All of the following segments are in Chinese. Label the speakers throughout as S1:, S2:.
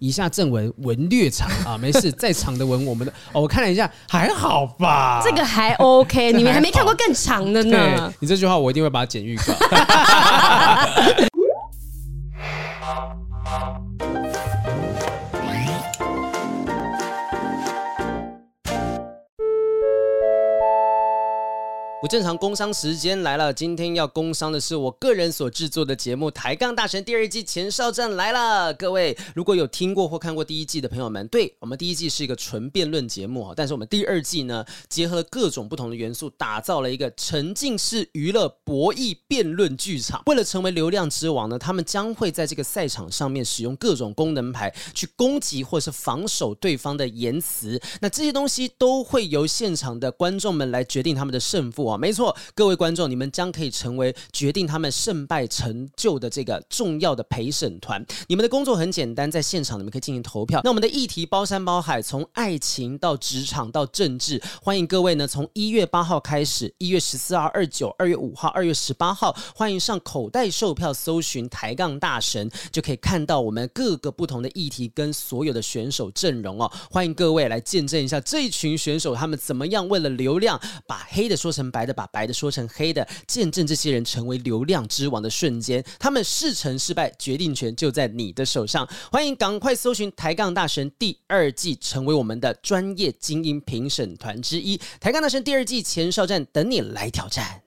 S1: 以下正文文略长啊，没事，再长的文我们的哦，我看了一下，还好吧。
S2: 这个还 OK，
S1: 这
S2: 你们还没
S1: 还好
S2: 看过更长的
S1: 对
S2: 呢。
S1: 你这句话我一定会把它剪预告。 不正常工商时间来了，今天要工商的是我个人所制作的节目《抬杠大神》第二季前哨战来了。各位如果有听过或看过第一季的朋友们，对我们第一季是一个纯辩论节目哈，但是我们第二季呢，结合了各种不同的元素，打造了一个沉浸式娱乐博弈辩论剧场。为了成为流量之王呢，他们将会在这个赛场上面使用各种功能牌去攻击或是防守对方的言辞。那这些东西都会由现场的观众们来决定他们的胜负啊。没错，各位观众，你们将可以成为决定他们胜败成就的这个重要的陪审团。你们的工作很简单，在现场你们可以进行投票。那我们的议题包山包海，从爱情到职场到政治，欢迎各位呢从一月八号开始，一月十四号、二九、二月五号、二月十八号，欢迎上口袋售票搜寻抬杠大神，就可以看到我们各个不同的议题跟所有的选手阵容哦。欢迎各位来见证一下这一群选手他们怎么样为了流量把黑的说成白的，把白的说成黑的，见证这些人成为流量之王的瞬间。他们是成是败，决定权就在你的手上。欢迎赶快搜寻抬杠大神第二季，成为我们的专业精英评审团之一。抬杠大神第二季前哨战等你来挑战。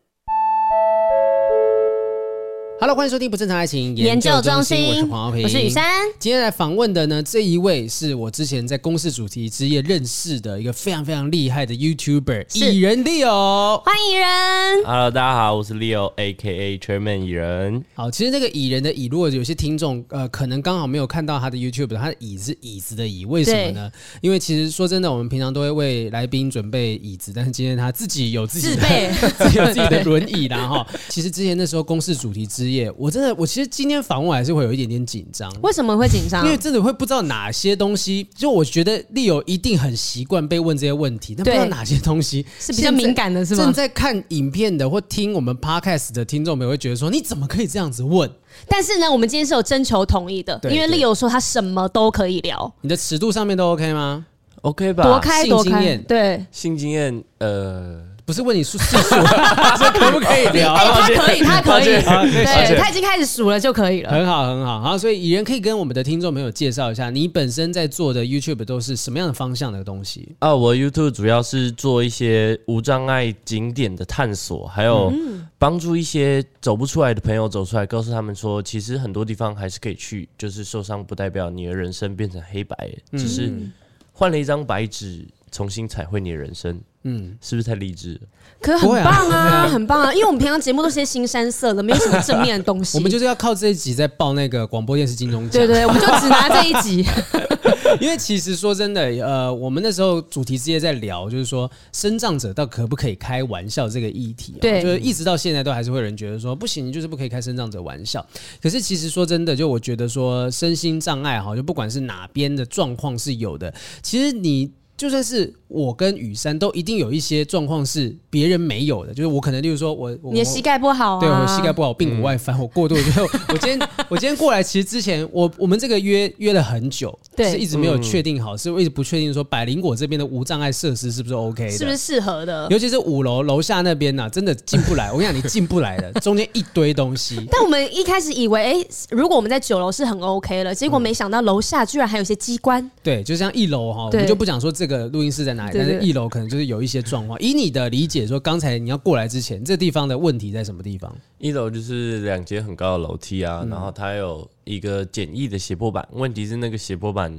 S1: Hello，欢迎收听不正常爱情研究中心，我是黄浩平，
S2: 我是雨珊。
S1: 今天来访问的呢，这一位是我之前在公司主题之夜认识的一个非常非常厉害的 YouTuber
S2: 是
S1: 蚁人 Leo。
S2: 欢迎人，
S3: Hello，大家好，我是 Leo，A K A Chairman 蚁人。
S1: 好，其实这个蚁人的蚁，如果有些听众呃，可能刚好没有看到他的 YouTube，他的蚁是椅子的椅，为什么呢？因为其实说真的，我们平常都会为来宾准备椅子，但是今天他自己有自己
S2: 自
S1: 的
S2: 备
S1: 自己有自己的轮椅啦哈。其实之前那时候公司主题之夜，我真的，我其实今天访问还是会有一点点紧张，
S2: 为什么会紧张
S1: 因？为真的会不知道哪些东西，就我觉得丽友一定很习惯被问这些问题，但不
S2: 对
S1: 知道哪些东西
S2: 是比较敏感的是吗
S1: 正在看影片的或听我们 podcast 的听众们会觉得说，你怎么可以这样子问？
S2: 但是呢，我们今天是有征求同意的，
S1: 对
S2: 因为
S1: 对
S2: 丽友说他什么都可以聊，
S1: 你的尺度上面都 OK 吗？
S3: OK 吧？
S2: 躲开
S1: 性
S2: 躲
S1: 啊经
S2: 开，
S1: 验
S2: 对。
S3: 性经验，呃，
S1: 不是问你数字 数，这可不可以聊？
S2: 哎，他可以，他可以，
S3: 抱
S1: 啊
S3: 歉抱
S2: 对
S3: 歉
S2: 他已经开始数了就可以了。
S1: 很好，很好，好，所以蚁人可以跟我们的听众朋友介绍一下，你本身在做的 YouTube 都是什么样的方向的东西？
S3: 啊，我 YouTube 主要是做一些无障碍景点的探索，还有帮助一些走不出来的朋友走出来，告诉他们说，其实很多地方还是可以去，就是受伤不代表你的人生变成黑白，只是换了一张白纸，重新彩绘你的人生。嗯，是不是太励志了？
S2: 可
S1: 不会
S2: 很
S1: 啊
S2: 棒啊，很棒啊！因为我们平常节目都是些新山色的，没有什么正面的东西。
S1: 我们就是要靠这一集在报那个广播电视金钟奖。
S2: 对对，对我们就只拿这一集。
S1: 因为其实说真的，呃，我们那时候主题之夜在聊，就是说生障者到底可不可以开玩笑这个议题、哦，
S2: 对
S1: 就是一直到现在都还是会有人觉得说不行，你就是不可以开生障者玩笑。可是其实说真的，就我觉得说身心障碍哈，就不管是哪边的状况是有的，其实你。就算是我跟雨珊都一定有一些状况是别人没有的，就是我可能，例如说 我我
S2: 你的膝盖不好啊？
S1: 对我膝盖不好，我髌骨外
S2: 嗯
S1: 翻，我过度。我觉得 我今天我今天过来，其实之前我我们这个约约了很久，
S2: 对嗯
S1: 是一直没有确定好，是我一直不确定说百灵果这边的无障碍设施是不是 OK 的，
S2: 是不是适合的？
S1: 尤其是五楼楼下那边呐、真的进不 来。我跟你讲，你进不来的，中间一堆东西。
S2: 但我们一开始以为，哎、如果我们在九楼是很 OK 了，结果没想到楼下居然还有一些机关。
S1: 对，就像一楼哈，我
S2: 对
S1: 们就不讲说这个录音室在哪里，
S2: 对
S1: 但
S2: 对
S1: 是一楼可能就是有一些状况。以你的理解说，刚才你要过来之前，这地方的问题在什么地方？
S3: 一楼就是两节很高的楼梯啊，然后它有一个简易的斜坡板，问题是那个斜坡板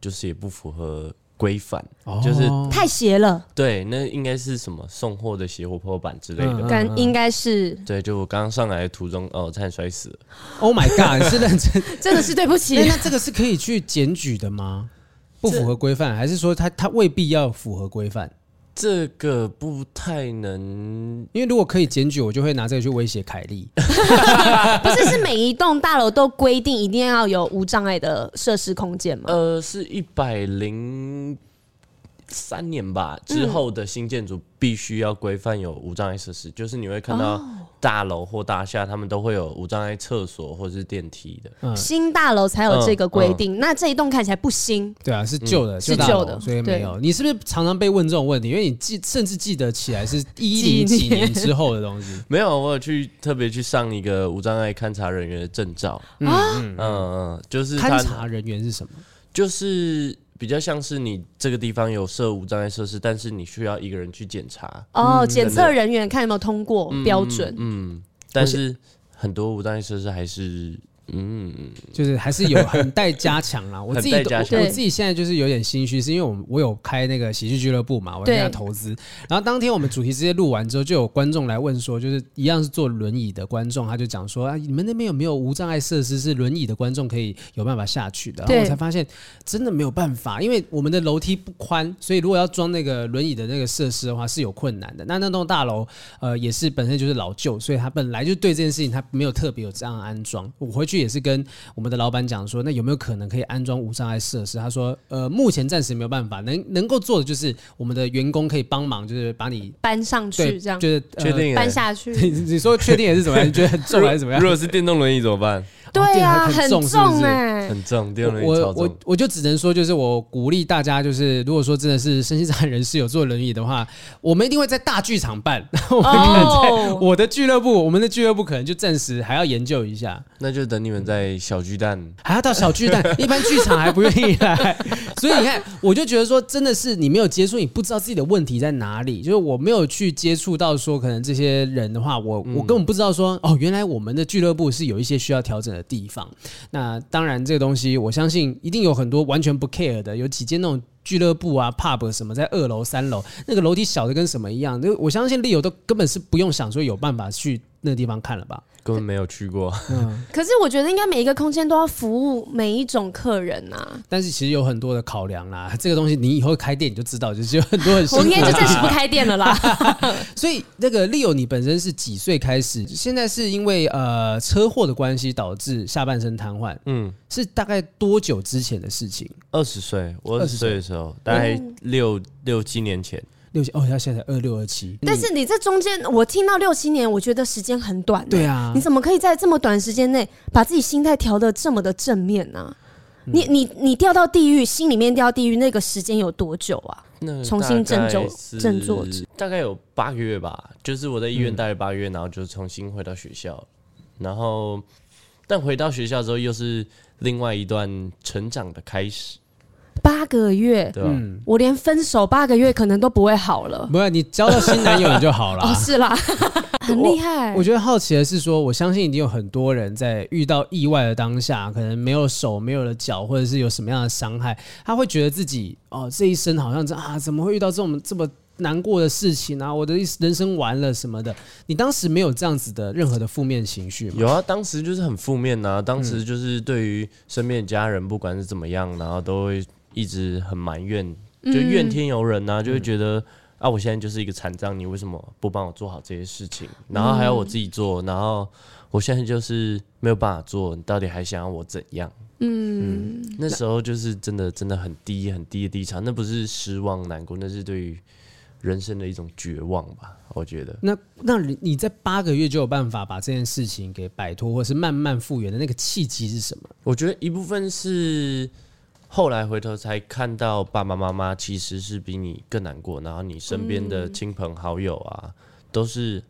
S3: 就是也不符合规范，就是
S2: 太斜了，
S3: 对，那应该是什么送货的斜坡板之类的。
S1: 嗯
S2: 感应该是
S3: 对，就我刚刚上来的途中，哦，差点摔死了。
S1: Oh my God，你是认真
S2: 真的是对不
S1: 哎、
S2: 起
S1: 那。这个是可以去检举的吗？不符合规范，还是说他他未必要符合规范？
S3: 这个不太能，
S1: 因为如果可以检举，我就会拿这个去威胁凯莉。
S2: 不是，是每一栋大楼都规定一定要有无障碍的设施空间吗？
S3: 呃，是一百零三年吧之后的新建筑必须要规范有无障碍设施，就是你会看到
S1: 哦
S3: 大楼或大厦，他们都会有无障碍厕所或是电梯的。
S1: 嗯
S2: 新大楼才有这个规定，那这一栋看起来不新，
S1: 对啊，是旧的，
S2: 嗯是
S1: 大
S2: 旧
S1: 楼
S2: 的
S1: 所以没
S2: 对
S1: 有。你是不是常常被问这种问题？因为你记甚至记得起来 是一零几
S2: 几年
S1: 年之后的东西。
S3: 没有，我有去特别去上一个无障碍勘察人员的证照。嗯嗯嗯，就是他
S1: 啊勘察人员是什么？
S3: 就是比较像是你这个地方有设无障碍设施，但是你需要一个人去检查。
S2: 哦，检测人员看有没有通过标准，
S3: 嗯，但是很多无障碍设施还是嗯，
S1: 就是还是有很待加强啊 啦。我自己
S3: 很待加
S2: 强
S1: 我自己现在就是有点心虚，是因为我我有开那个喜剧俱乐部嘛，我跟他
S2: 对
S1: 投资。然后当天我们主题直接录完之后，就有观众来问说，就是一样是坐轮椅的观众，他就讲说啊，你们那边有没有无障碍设施是轮椅的观众可以有办法下去的？然后
S2: 对
S1: 我才发现真的没有办法，因为我们的楼梯不宽，所以如果要装那个轮椅的那个设施的话是有困难的。那那栋大楼呃，也是本身就是老旧，所以他本来就对这件事情他没有特别有这样的安装。我回去也是跟我们的老板讲说，那有没有可能可以安装无障碍设施？他说，呃，目前暂时没有办法，能能够做的就是我们的员工可以帮忙，就是把你
S2: 搬上
S1: 对
S2: 去这样，
S1: 就是呃
S3: 确定、欸
S2: 搬下去，
S1: 你你说确定也是怎么样？ 你觉得很重还是怎么样
S3: 如？果是电动轮椅怎么办？
S2: 对
S1: 哦
S2: 啊，
S1: 对很
S2: 很
S1: 重是不
S2: 重
S1: 是
S2: 哎，
S3: 很重，电动轮椅
S1: 我
S3: 超
S1: 我
S3: 重。
S1: 我就只能说，就是我鼓励大家，就是如果说真的是身心障碍人士有坐轮椅的话，我们一定会在大剧场办， 我们可能在
S2: 哦
S1: 我的俱乐部，我们的俱乐部可能就暂时还要研究一下，
S3: 那就等你们在小巨蛋。
S1: 还要到小巨蛋，一般剧场还不愿意来，所以你看，我就觉得说，真的是你没有接触，你不知道自己的问题在哪里。就是我没有去接触到说，可能这些人的话，我我根本不知道说，哦，原来我们的俱乐部是有一些需要调整的地方。那当然，这个东西我相信一定有很多完全不 care 的，有几间那种。俱乐部啊、pub 什么，在二楼、三楼，那个楼梯小的跟什么一样。那我相信丽友都根本是不用想说有办法去那个地方看了吧？
S3: 根本没有去过，
S2: 可是我觉得应该每一个空间都要服务每一种客人啊。
S1: 但是其实有很多的考量啦， 这个东西你以后开店你就知道，就是有 很多很辛
S2: 我
S1: 苦
S2: 应
S1: 的
S2: 该
S1: 地
S2: 就
S1: 方。
S2: 暂时不开店了啦。
S1: 所以那个 Leo，你本身是几岁开始？现在是因为呃车祸的关系导致下半身瘫痪，嗯，是大概多久之前的事情？
S3: 二十岁，我二
S1: 20
S3: 十岁的时候，大概
S2: 嗯
S3: 六六七年前，
S1: 六哦，他现在二六二七，
S2: 但是你这中间，我听到六七年，我觉得时间很短、
S1: 对，啊
S2: 你，怎么可以在这么短时间内把自己心态调得这么的正面呢、
S1: 嗯
S2: 你你你掉到地狱，心里面掉地狱，那个时间有多久啊？
S3: 那
S2: 重新振
S3: 大概
S2: 作
S3: 是
S2: 振作之
S3: 大概有八个月吧，就是我在医院待了八个月，然后就重新回到学校，然后但回到学校之后又是另外一段成长的开始，
S2: 八个月，
S3: 对吧？
S2: 我连分手八个月可能都不会好了。
S1: 不是你交到新男友你就好了
S2: 哦，。是啦，很厉害
S1: 嗯我。觉得好奇的是说，我相信一定有很多人在遇到意外的当下，可能没有手、没有了脚，或者是有什么样的伤害，他会觉得自己哦，这一生好像是啊，怎么会遇到这种这么难过的事情啊？我的一人生完了什么的。你当时没有这样子的任何的负面情绪吗？
S3: 有啊，当时就是很负面呐、当时就是对于身边的家人，不管是怎么样，然后都会一直很埋怨，就怨天尤人呐、就会觉得、啊，我现在就是一个残障，你为什么不帮我做好这些事情？然后还要我自己做，然后我现在就是没有办法做，你到底还想要我怎样？嗯，那时候就是真的真的很低很低的低潮，那不是失望难过，那是对于人生的一种绝望吧，我觉得。
S1: 那那你你在八个月就有办法把这件事情给摆脱，或是慢慢复原的那个契机是什么？
S3: 我觉得一部分是后来回头才看到爸爸妈妈其实是比你更难过，然后你身边的亲朋好友啊，
S2: 嗯
S3: 都是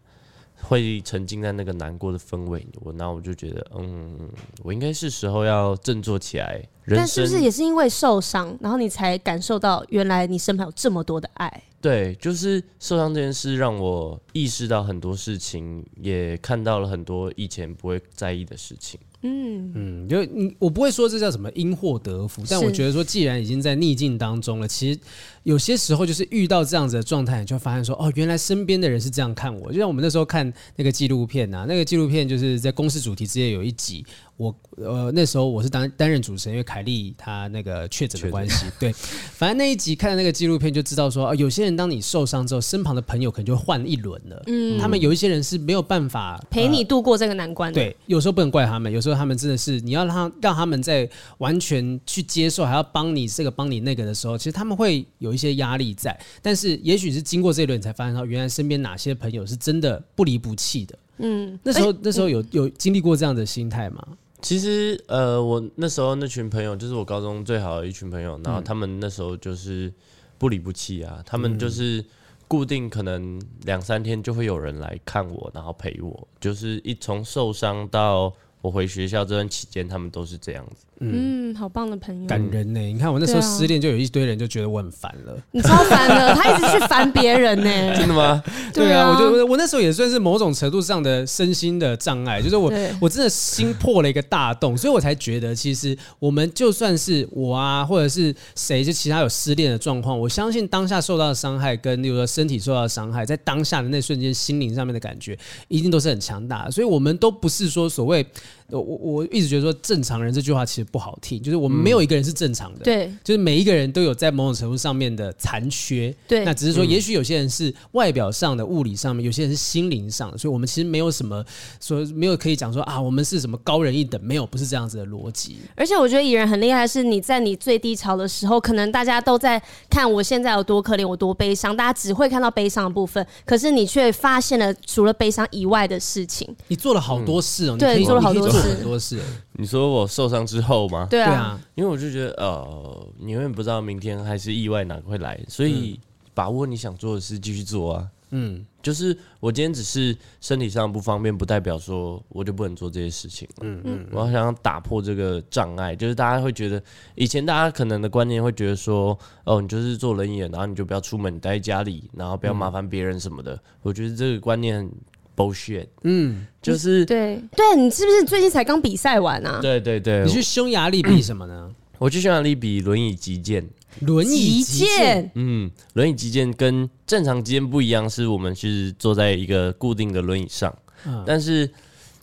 S3: 会沉浸在那个难过的氛围里。我那我就觉得，嗯，我应该是时候要振作起来。人
S2: 但是
S3: 生
S2: 不是也是因为受伤，然后你才感受到原来你身旁有这么多的爱？
S3: 对，就是受伤这件事让我意识到很多事情，也看到了很多以前不会在意的事情。
S1: 嗯，就你我不会说这叫什么因祸得福，但
S2: 是
S1: 我觉得说，既然已经在逆境当中了，其实有些时候就是遇到这样子的状态，你就会发现说，哦，原来身边的人是这 样看我。就像我们那时候看那个纪录片啊，那个纪录片就是在公司主题之夜有一集，我呃那时候我是担担任主持人，因为凯莉她那个确诊的关系，对，反正那一集看的那个纪录片就知道说，啊，有些人当你受伤之后，身旁的朋友可能就换一轮了，嗯，他们有一些人是没有办法
S2: 陪
S1: 呃
S2: 你度过这个难关的。
S1: 对，有时候不能怪他们，有时候他们真的是你要让他让他们在完全去接受，还要帮你这个帮你那个的时候，其实他们会有一些压力在。但是也许是经过这一轮，你才发现到原来身边哪些朋友是真的不离不弃的。嗯，那时
S2: 哎
S1: 候、那时候有有经历过这样的心态吗？
S2: 嗯
S3: 其实呃，我那时候那群朋友就是我高中最好的一群朋友，然后他们那时候就是不离不弃啊，他们就是固定可能两三天就会有人来看我，然后陪我，就是一从受伤到我回学校这段期间，他们都是这样子。
S2: 嗯，好棒的朋友，
S1: 感人呢、你看我那时候
S2: 对啊
S1: 失恋，就有一堆人就觉得我很烦了。
S2: 你超烦的，他一直去烦 别人呢。
S3: 真的吗？
S1: 对
S2: 啊，
S1: 啊，我就我那时候也算是某种程度上的身心的障碍，就是我
S2: 对
S1: 我真的心破了一个大洞，所以我才觉得其实我们就算是我啊，或者是谁，就其他有失恋的状况，我相信当下受到的伤害跟例如说身体受到的伤害，在当下的那瞬间心灵上面的感觉，一定都是很强大的，所以我们都不是说所谓我我我一直觉得说正常人这句话其实不好听，就是我们没有一个人是正常的，
S2: 嗯对
S1: 就是每一个人都有在某种程度上面的残缺，
S2: 对
S1: 那只是说，
S3: 嗯
S1: 也许有些人是外表上的、物理上面，有些人是心灵上的，所以我们其实没有什么说没有可以讲说啊，我们是什么高人一等，没有，不是这样子的逻辑。
S2: 而且我觉得蚁人很厉害，是你在你最低潮的时候，可能大家都在看我现在有多可怜，我多悲伤，大家只会看到悲伤的部分，可是你却发现了除了悲伤以外的事情。
S1: 你做了好多事哦，你
S2: 嗯对
S1: 可以
S2: 做了好多
S1: 你可以做
S2: 事
S1: 很多事，
S3: 你说我受伤之后吗？
S2: 对
S1: 对
S2: 啊，
S1: 啊，
S3: 因为我就觉得呃，你永远不知道明天还是意外哪个会来，所以把握你想做的事，继续做啊。
S1: 嗯，
S3: 就是我今天只是身体上不方便，不代表说我就不能做这些事情。嗯嗯，我想要打破这个障碍，就是大家会觉得，以前大家可能的观念会觉得说，哦，你就是坐轮椅，然后你就不要出门，你待在家里，然后不要麻烦别人什么的。我觉得这个观念很 bullshit。嗯，就是
S2: 对对，你是不是最近才刚比赛完啊？
S3: 对对对，
S1: 你去匈牙利比什么 呢？
S3: 我去匈牙利比轮椅击剑，
S1: 轮椅
S2: 击
S1: 剑，
S2: 剑，
S3: 嗯，轮椅击剑跟正常击剑不一样，是我们是坐在一个固定的轮椅上，
S1: 嗯
S3: 但是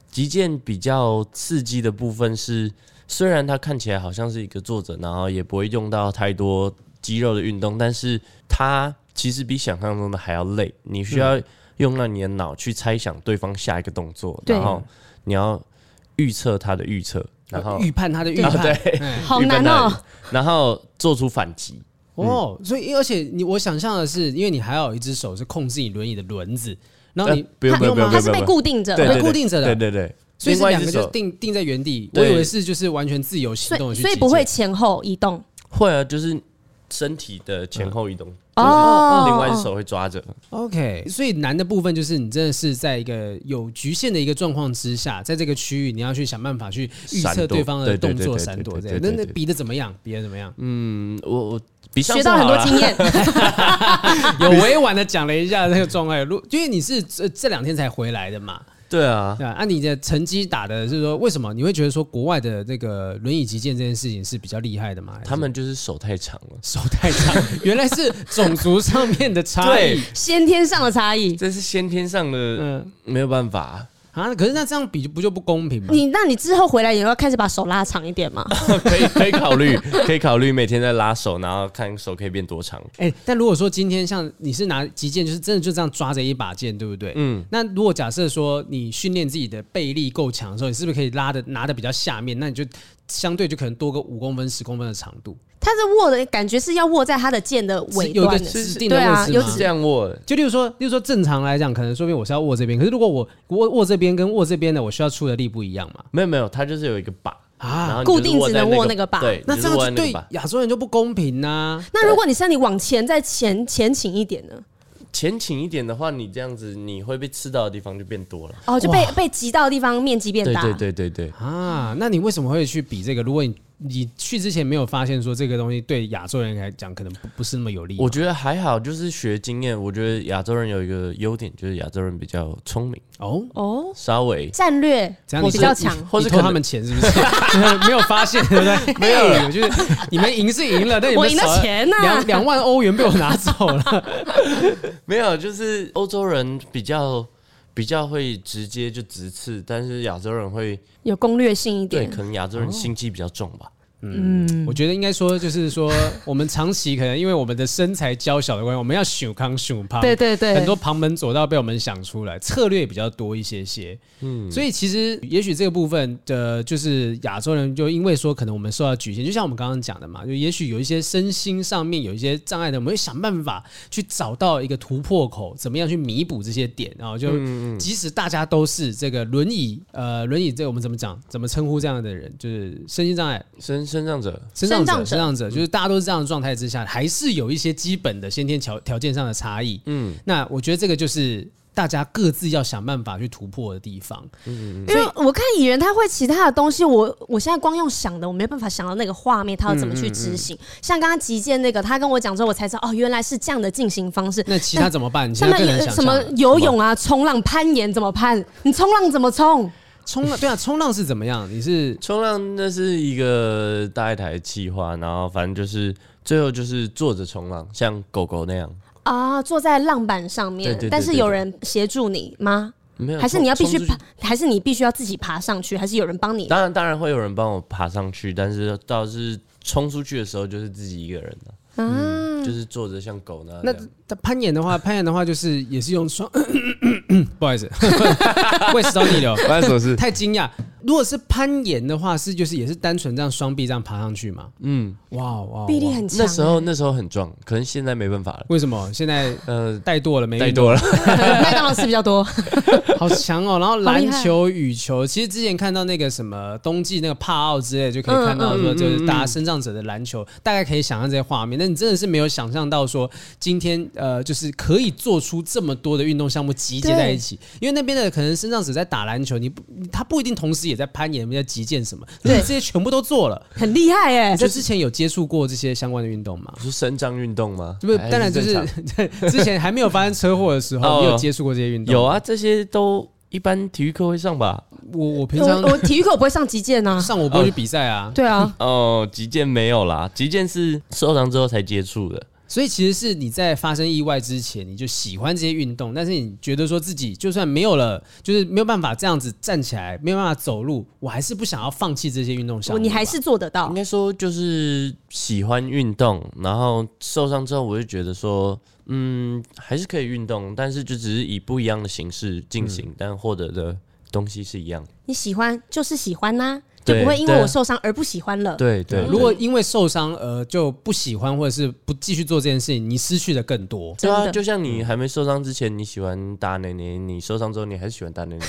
S3: 击剑比较刺激的部分是，虽然它看起来好像是一个坐着，然后也不会用到太多肌肉的运动，但是它其实比想象中的还要累，你需
S1: 嗯
S3: 要用到你的脑去猜想对方下一个动作，
S2: 对
S3: 然后你要预测他的预测，然后
S1: 预判他的预
S3: 啊
S1: 判，
S3: 对
S1: 哎
S2: 好
S3: 预判
S2: 难
S3: 他
S2: 哦、
S3: 的然后做出反击。
S1: 哦，所以而且你我想象的是，因为你还要有一只手是控制你轮椅的轮子，然后
S3: 呃
S1: 你
S3: 不用不用不用，
S2: 它是
S3: 不
S2: 被
S3: 用
S2: 固定着，
S3: 对对
S1: 哦被固定着的
S3: 对对对，
S1: 所以
S3: 另
S1: 是
S3: 外一
S1: 两
S3: 只
S1: 个
S3: 手
S1: 就定定在原地，我
S3: 对
S1: 以为是就是完全自由行
S2: 所
S1: 动的
S2: 以
S1: 去
S2: 所以
S1: 击
S2: 不会
S1: 剑
S2: 前后移动
S3: 会啊，就是身体的前后移动，
S2: 哦
S3: 另外一只手会抓着。
S1: OK，所以难的部分就是你真的是在一个有局限的一个状况之下，在这个区域你要去想办法去预
S3: 闪
S1: 测
S3: 躲
S1: 对方的
S3: 对对
S1: 动作
S3: 对对
S1: 闪
S3: 对
S1: 躲这
S3: 对
S1: 样。那
S3: 对
S1: 那
S3: 对
S1: 比的怎么样？比的怎么样？
S3: 嗯，我我比上
S2: 学
S3: 次
S2: 到很
S3: 好
S2: 多
S3: 啦
S2: 经验。
S1: 有委婉的讲了一下那个状态，如因为你是这这两天才回来的嘛，
S3: 对啊
S1: 对，吧？按你的成绩打的是说，为什么你会觉得说国外的那个轮椅击剑这件事情是比较厉害的吗？还是
S3: 他们就是手太长了。
S1: 手太长，原来是种族上面的差
S3: 对
S1: 异。
S2: 先天上的差 异。
S3: 这是先天上的，
S1: 嗯
S3: 没有办法，
S1: 啊，可是那这样比就不就不公平吗？
S2: 你那你之后回来也要开始把手拉长一点嘛？
S3: 可以可以考虑， 可以考虑每天在拉手，然后看手可以变多长。
S2: 嗯
S1: 哎、但如果说今天像你是拿击剑，就是真的就这样抓着一把剑，对不对？嗯。那如果假设说你训练自己的背力够强的时候，你是不是可以拉的拿的比较下面？那你就相对就可能多个五公分、十公分的长度，
S2: 它是握的感觉是要握在它的剑的
S1: 是
S2: 尾
S1: 有一个
S2: 端的，
S1: 指定的位置
S2: 对啊有
S1: 吗？
S2: 指
S3: 这样握的，
S1: 就例如说，例如说正常来讲，可能说明我是要握这边，可是如果我握握这边跟握这边的，我需要出的力不一样嘛？
S3: 没有没有，它就是有一个把，然
S1: 啊，
S3: 后你就是
S2: 固定只能
S3: 在
S2: 握那个把
S3: 对，
S1: 那
S3: 你
S1: 这
S3: 就
S1: 样
S3: 是握
S1: 就
S3: 在那
S1: 对
S3: 个把
S1: 亚洲人就不公平啊呐、
S2: 那如果你身体往前再前前倾一点呢？
S3: 前倾一点的话，你这样子你会被刺到的地方就变多了。
S2: 哦，就被被击到的地方面积变
S3: 对
S2: 大。
S3: 对对对对，
S1: 啊，那你为什么会去比这个？如果你你去之前没有发现说这个东西对亚洲人来讲可能不不是那么有利吗，啊
S3: 我觉得还好，就是学经验。我觉得亚洲人有一个优点，就是亚洲人比较聪明，
S1: 哦，
S2: 哦，
S3: 稍微
S2: 战略
S1: 怎样
S2: 我
S1: 你
S2: 比
S1: 说
S2: 较
S1: 你
S2: 强。
S3: 或是
S1: 你偷
S3: 可
S1: 他
S3: 能
S1: 们钱是不 是？没有发现，对不对？没有，我就是你们赢是赢了，但你
S2: 我
S1: 们
S2: 赢
S1: 少
S2: 了钱啊呐
S1: 两两万欧元被我拿走了。
S3: 没有，就是欧洲人比较比较会直接就直刺，但是亚洲人会
S2: 有攻略性一
S3: 对，
S2: 点。
S3: 可能亚洲人心机比较重吧。
S2: 嗯
S1: 我觉得应该说，就是说，我们长期可能因为我们的身材娇小的关系，我们要胸康胸胖，
S2: 对对对，
S1: 很多旁门左道被我们想出来，策略比较多一些些。嗯，所以其实也许这个部分的，就是亚洲人就因为说可能我们受到局限，就像我们刚刚讲的嘛，就也许有一些身心上面有一些障碍的，我们会想办法去找到一个突破口，怎么样去弥补这些点，然后就
S2: 嗯
S1: 即使大家都是这个轮椅，呃，轮椅这个我们怎么讲，怎么称呼这样的人，就是身心障碍，
S3: 身身障者，
S1: 身障
S2: 身障
S1: 者，嗯
S2: 者
S1: 身障者，就是大家都是这样的状态之下，还是有一些基本的先天条条件上的差异。嗯，那我觉得这个就是大家各自要想办法去突破的地方。
S2: 因为我看蚁人他会其他的东西，我我现在光用想的，我没办法想到那个画面他要怎么去执行。像刚刚极剑那个，他跟我讲之后，我才知道哦，原来是这样的进行方式。
S1: 那其他怎么办？你
S2: 他
S1: 现在更难
S2: 们
S1: 想
S2: 有什
S1: 象
S2: 么
S1: 了。
S2: 游泳啊、冲浪、攀岩怎么攀？你冲浪怎么冲？
S1: 冲浪？对啊，冲浪是怎么样？你是
S3: 冲浪那是一个大爱台的计划，然后反正就是最后就是坐着冲浪，像狗狗那样。
S2: 啊，坐在浪板上面，
S3: 对对对
S2: 但是
S3: 对
S2: 有
S3: 对
S2: 人协助你吗？
S3: 没有，
S2: 还是
S3: 冲
S2: 你要必须
S3: 冲出去
S2: 爬？还是你必须要自己爬上去？还是有人帮你？
S3: 当然，当然会有人帮我爬上去，但是到是冲出去的时候，就是自己一个人了、
S2: 啊，
S3: 就是坐着像狗那样。
S1: 嗯那那攀岩的话，攀岩的话就是也是用双， 不好意思， 胃食道逆流，
S3: 关什么 事？
S1: 哦太惊讶。如果是攀岩的话，是就是也是单纯这样双臂这样爬上去嘛？嗯，哇哦哇哦，
S2: 臂力
S1: 哇哦
S2: 很强欸。
S3: 那时候那时候很壮，可能现在没办法了。
S1: 为什么现在
S3: 呃，
S1: 怠惰了？没
S3: 太
S1: 运动
S3: 多了，
S2: 麦当劳吃比较多，
S1: 好强哦！然后
S2: 好厉
S1: 篮
S2: 害
S1: 球、羽球，其实之前看到那个什么冬季那个帕奥之类，就可以看到说，就是大家身障者的篮球，大概可以想象这些画面。但你真的是没有想象到说，今天呃，就是可以做出这么多的运动项目集结在一起。因为那边的可能身障者在打篮球，你不他不一定同时也在攀岩、在击剑什么，你
S2: 对
S1: 这些全部都做了。
S2: 很厉害哎
S1: 你。在之前有接触过这些相关的运动吗？
S3: 你说伸张运动吗？
S1: 不是，
S3: 还
S1: 当然就
S3: 哎正
S1: 是
S3: 常
S1: 之前还没有发生车祸的时候，
S3: 哦
S1: 你有接触过这些运动？
S3: 有，啊，这些都一般体育课会上吧。
S1: 我我平常
S2: 我我体育课我不会上击剑啊。
S1: 上我不会去比赛啊。
S2: 对 啊，
S3: 哦，击剑没有啦，击剑是受伤之后才接触的。
S1: 所以其实是你在发生意外之前，你就喜欢这些运动，但是你觉得说自己就算没有了，就是没有办法这样子站起来，没有办法走路，我还是不想要放弃这些运动项
S2: 我
S1: 目吧。
S2: 你还是做得到
S3: 应。该说就是喜欢运动，然后受伤之后，我就觉得说，嗯，还是可以运动，但是就只是以不一样的形式进行，但获得的东西是一样的。
S2: 你喜欢就是喜欢呐、就
S3: 对
S2: 不会因为
S3: 对
S2: 我受伤而不喜欢了。
S3: 呃对对，
S1: 如果因为受伤而就不喜欢或者是不继续做这件事情，你失去的更多，
S3: 对
S2: 真
S3: 啊，
S2: 的
S3: 就像你还没受伤之前，你喜欢大内内，你受伤之后，你还是喜欢大内 内。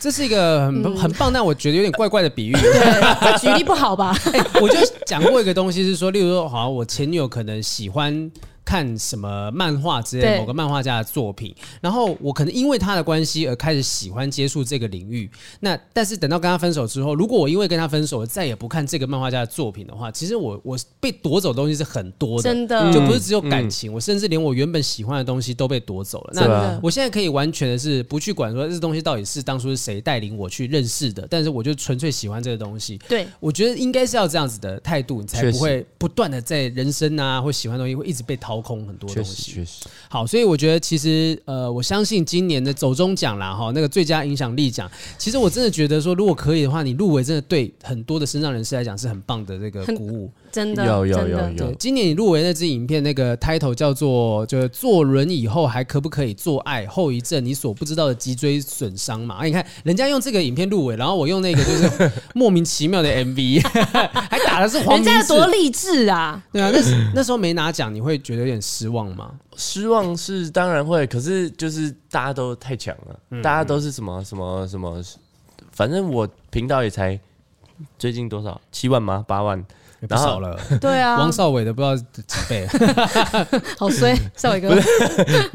S1: 这是一个很、很棒，但我觉得有点怪怪的比喻。
S3: 啊
S2: 对， 举例不好 吧？
S1: 哎、我就讲过一个东西，是说，例如说，好，我前女友可能喜欢看什么漫画之类
S2: 对
S1: 某个漫画家的作品，然后我可能因为她的关系而开始喜欢接触这个领域。那但是等到跟她分手之后，如果我因为跟她分手，我再也不看这个漫画家的作品的话，其实我我被夺走的东西是很多的。
S2: 真的，
S1: 就不是只有感情，我甚至连我原本喜欢的东西都被夺走了。
S3: 对
S1: 那
S3: 啊
S1: 我现在可以完全的是不去管说这东西到底是当初是谁带领我去认识的，但是我就纯粹喜欢这个东西。
S2: 对，
S1: 我觉得应该是要这样子的态度，你才
S3: 确实
S1: 不会不断的在人生啊或喜欢的东西会一直被掏空很多
S3: 确
S1: 东
S3: 实
S1: 西。
S3: 确实，
S1: 好，所以我觉得其实呃，我相信今年的走中奖啦哈，那个最佳影响力奖，其实我真的觉得说，如果可以的话，你入围真的对很多的身障人士来讲是很棒的这个
S2: 很
S1: 鼓舞。
S2: 真的，
S3: 有有
S2: 真的
S3: 有有
S1: 对，今年你入围那支影片那个 title 叫做就是坐轮椅后还可不可以做爱后遗症，你所不知道的脊椎损伤嘛？啊，你看人家用这个影片入围，然后我用那个就是莫名其妙的 MV，还 打的是黄
S2: 人
S1: 明
S2: 家有
S1: 志
S2: 多励志啊！
S1: 对啊，那时那时候没拿奖，你会觉得有点失望吗？
S3: 失望是当然会，可是就是大家都太强了，大家都是什么什么什么，反正我频道也才最近多少七万吗？八万？
S1: 也不
S3: 然后
S1: 少了，
S2: 对啊
S1: 王，少伟的不知道几倍。啊
S2: 好衰，少伟哥，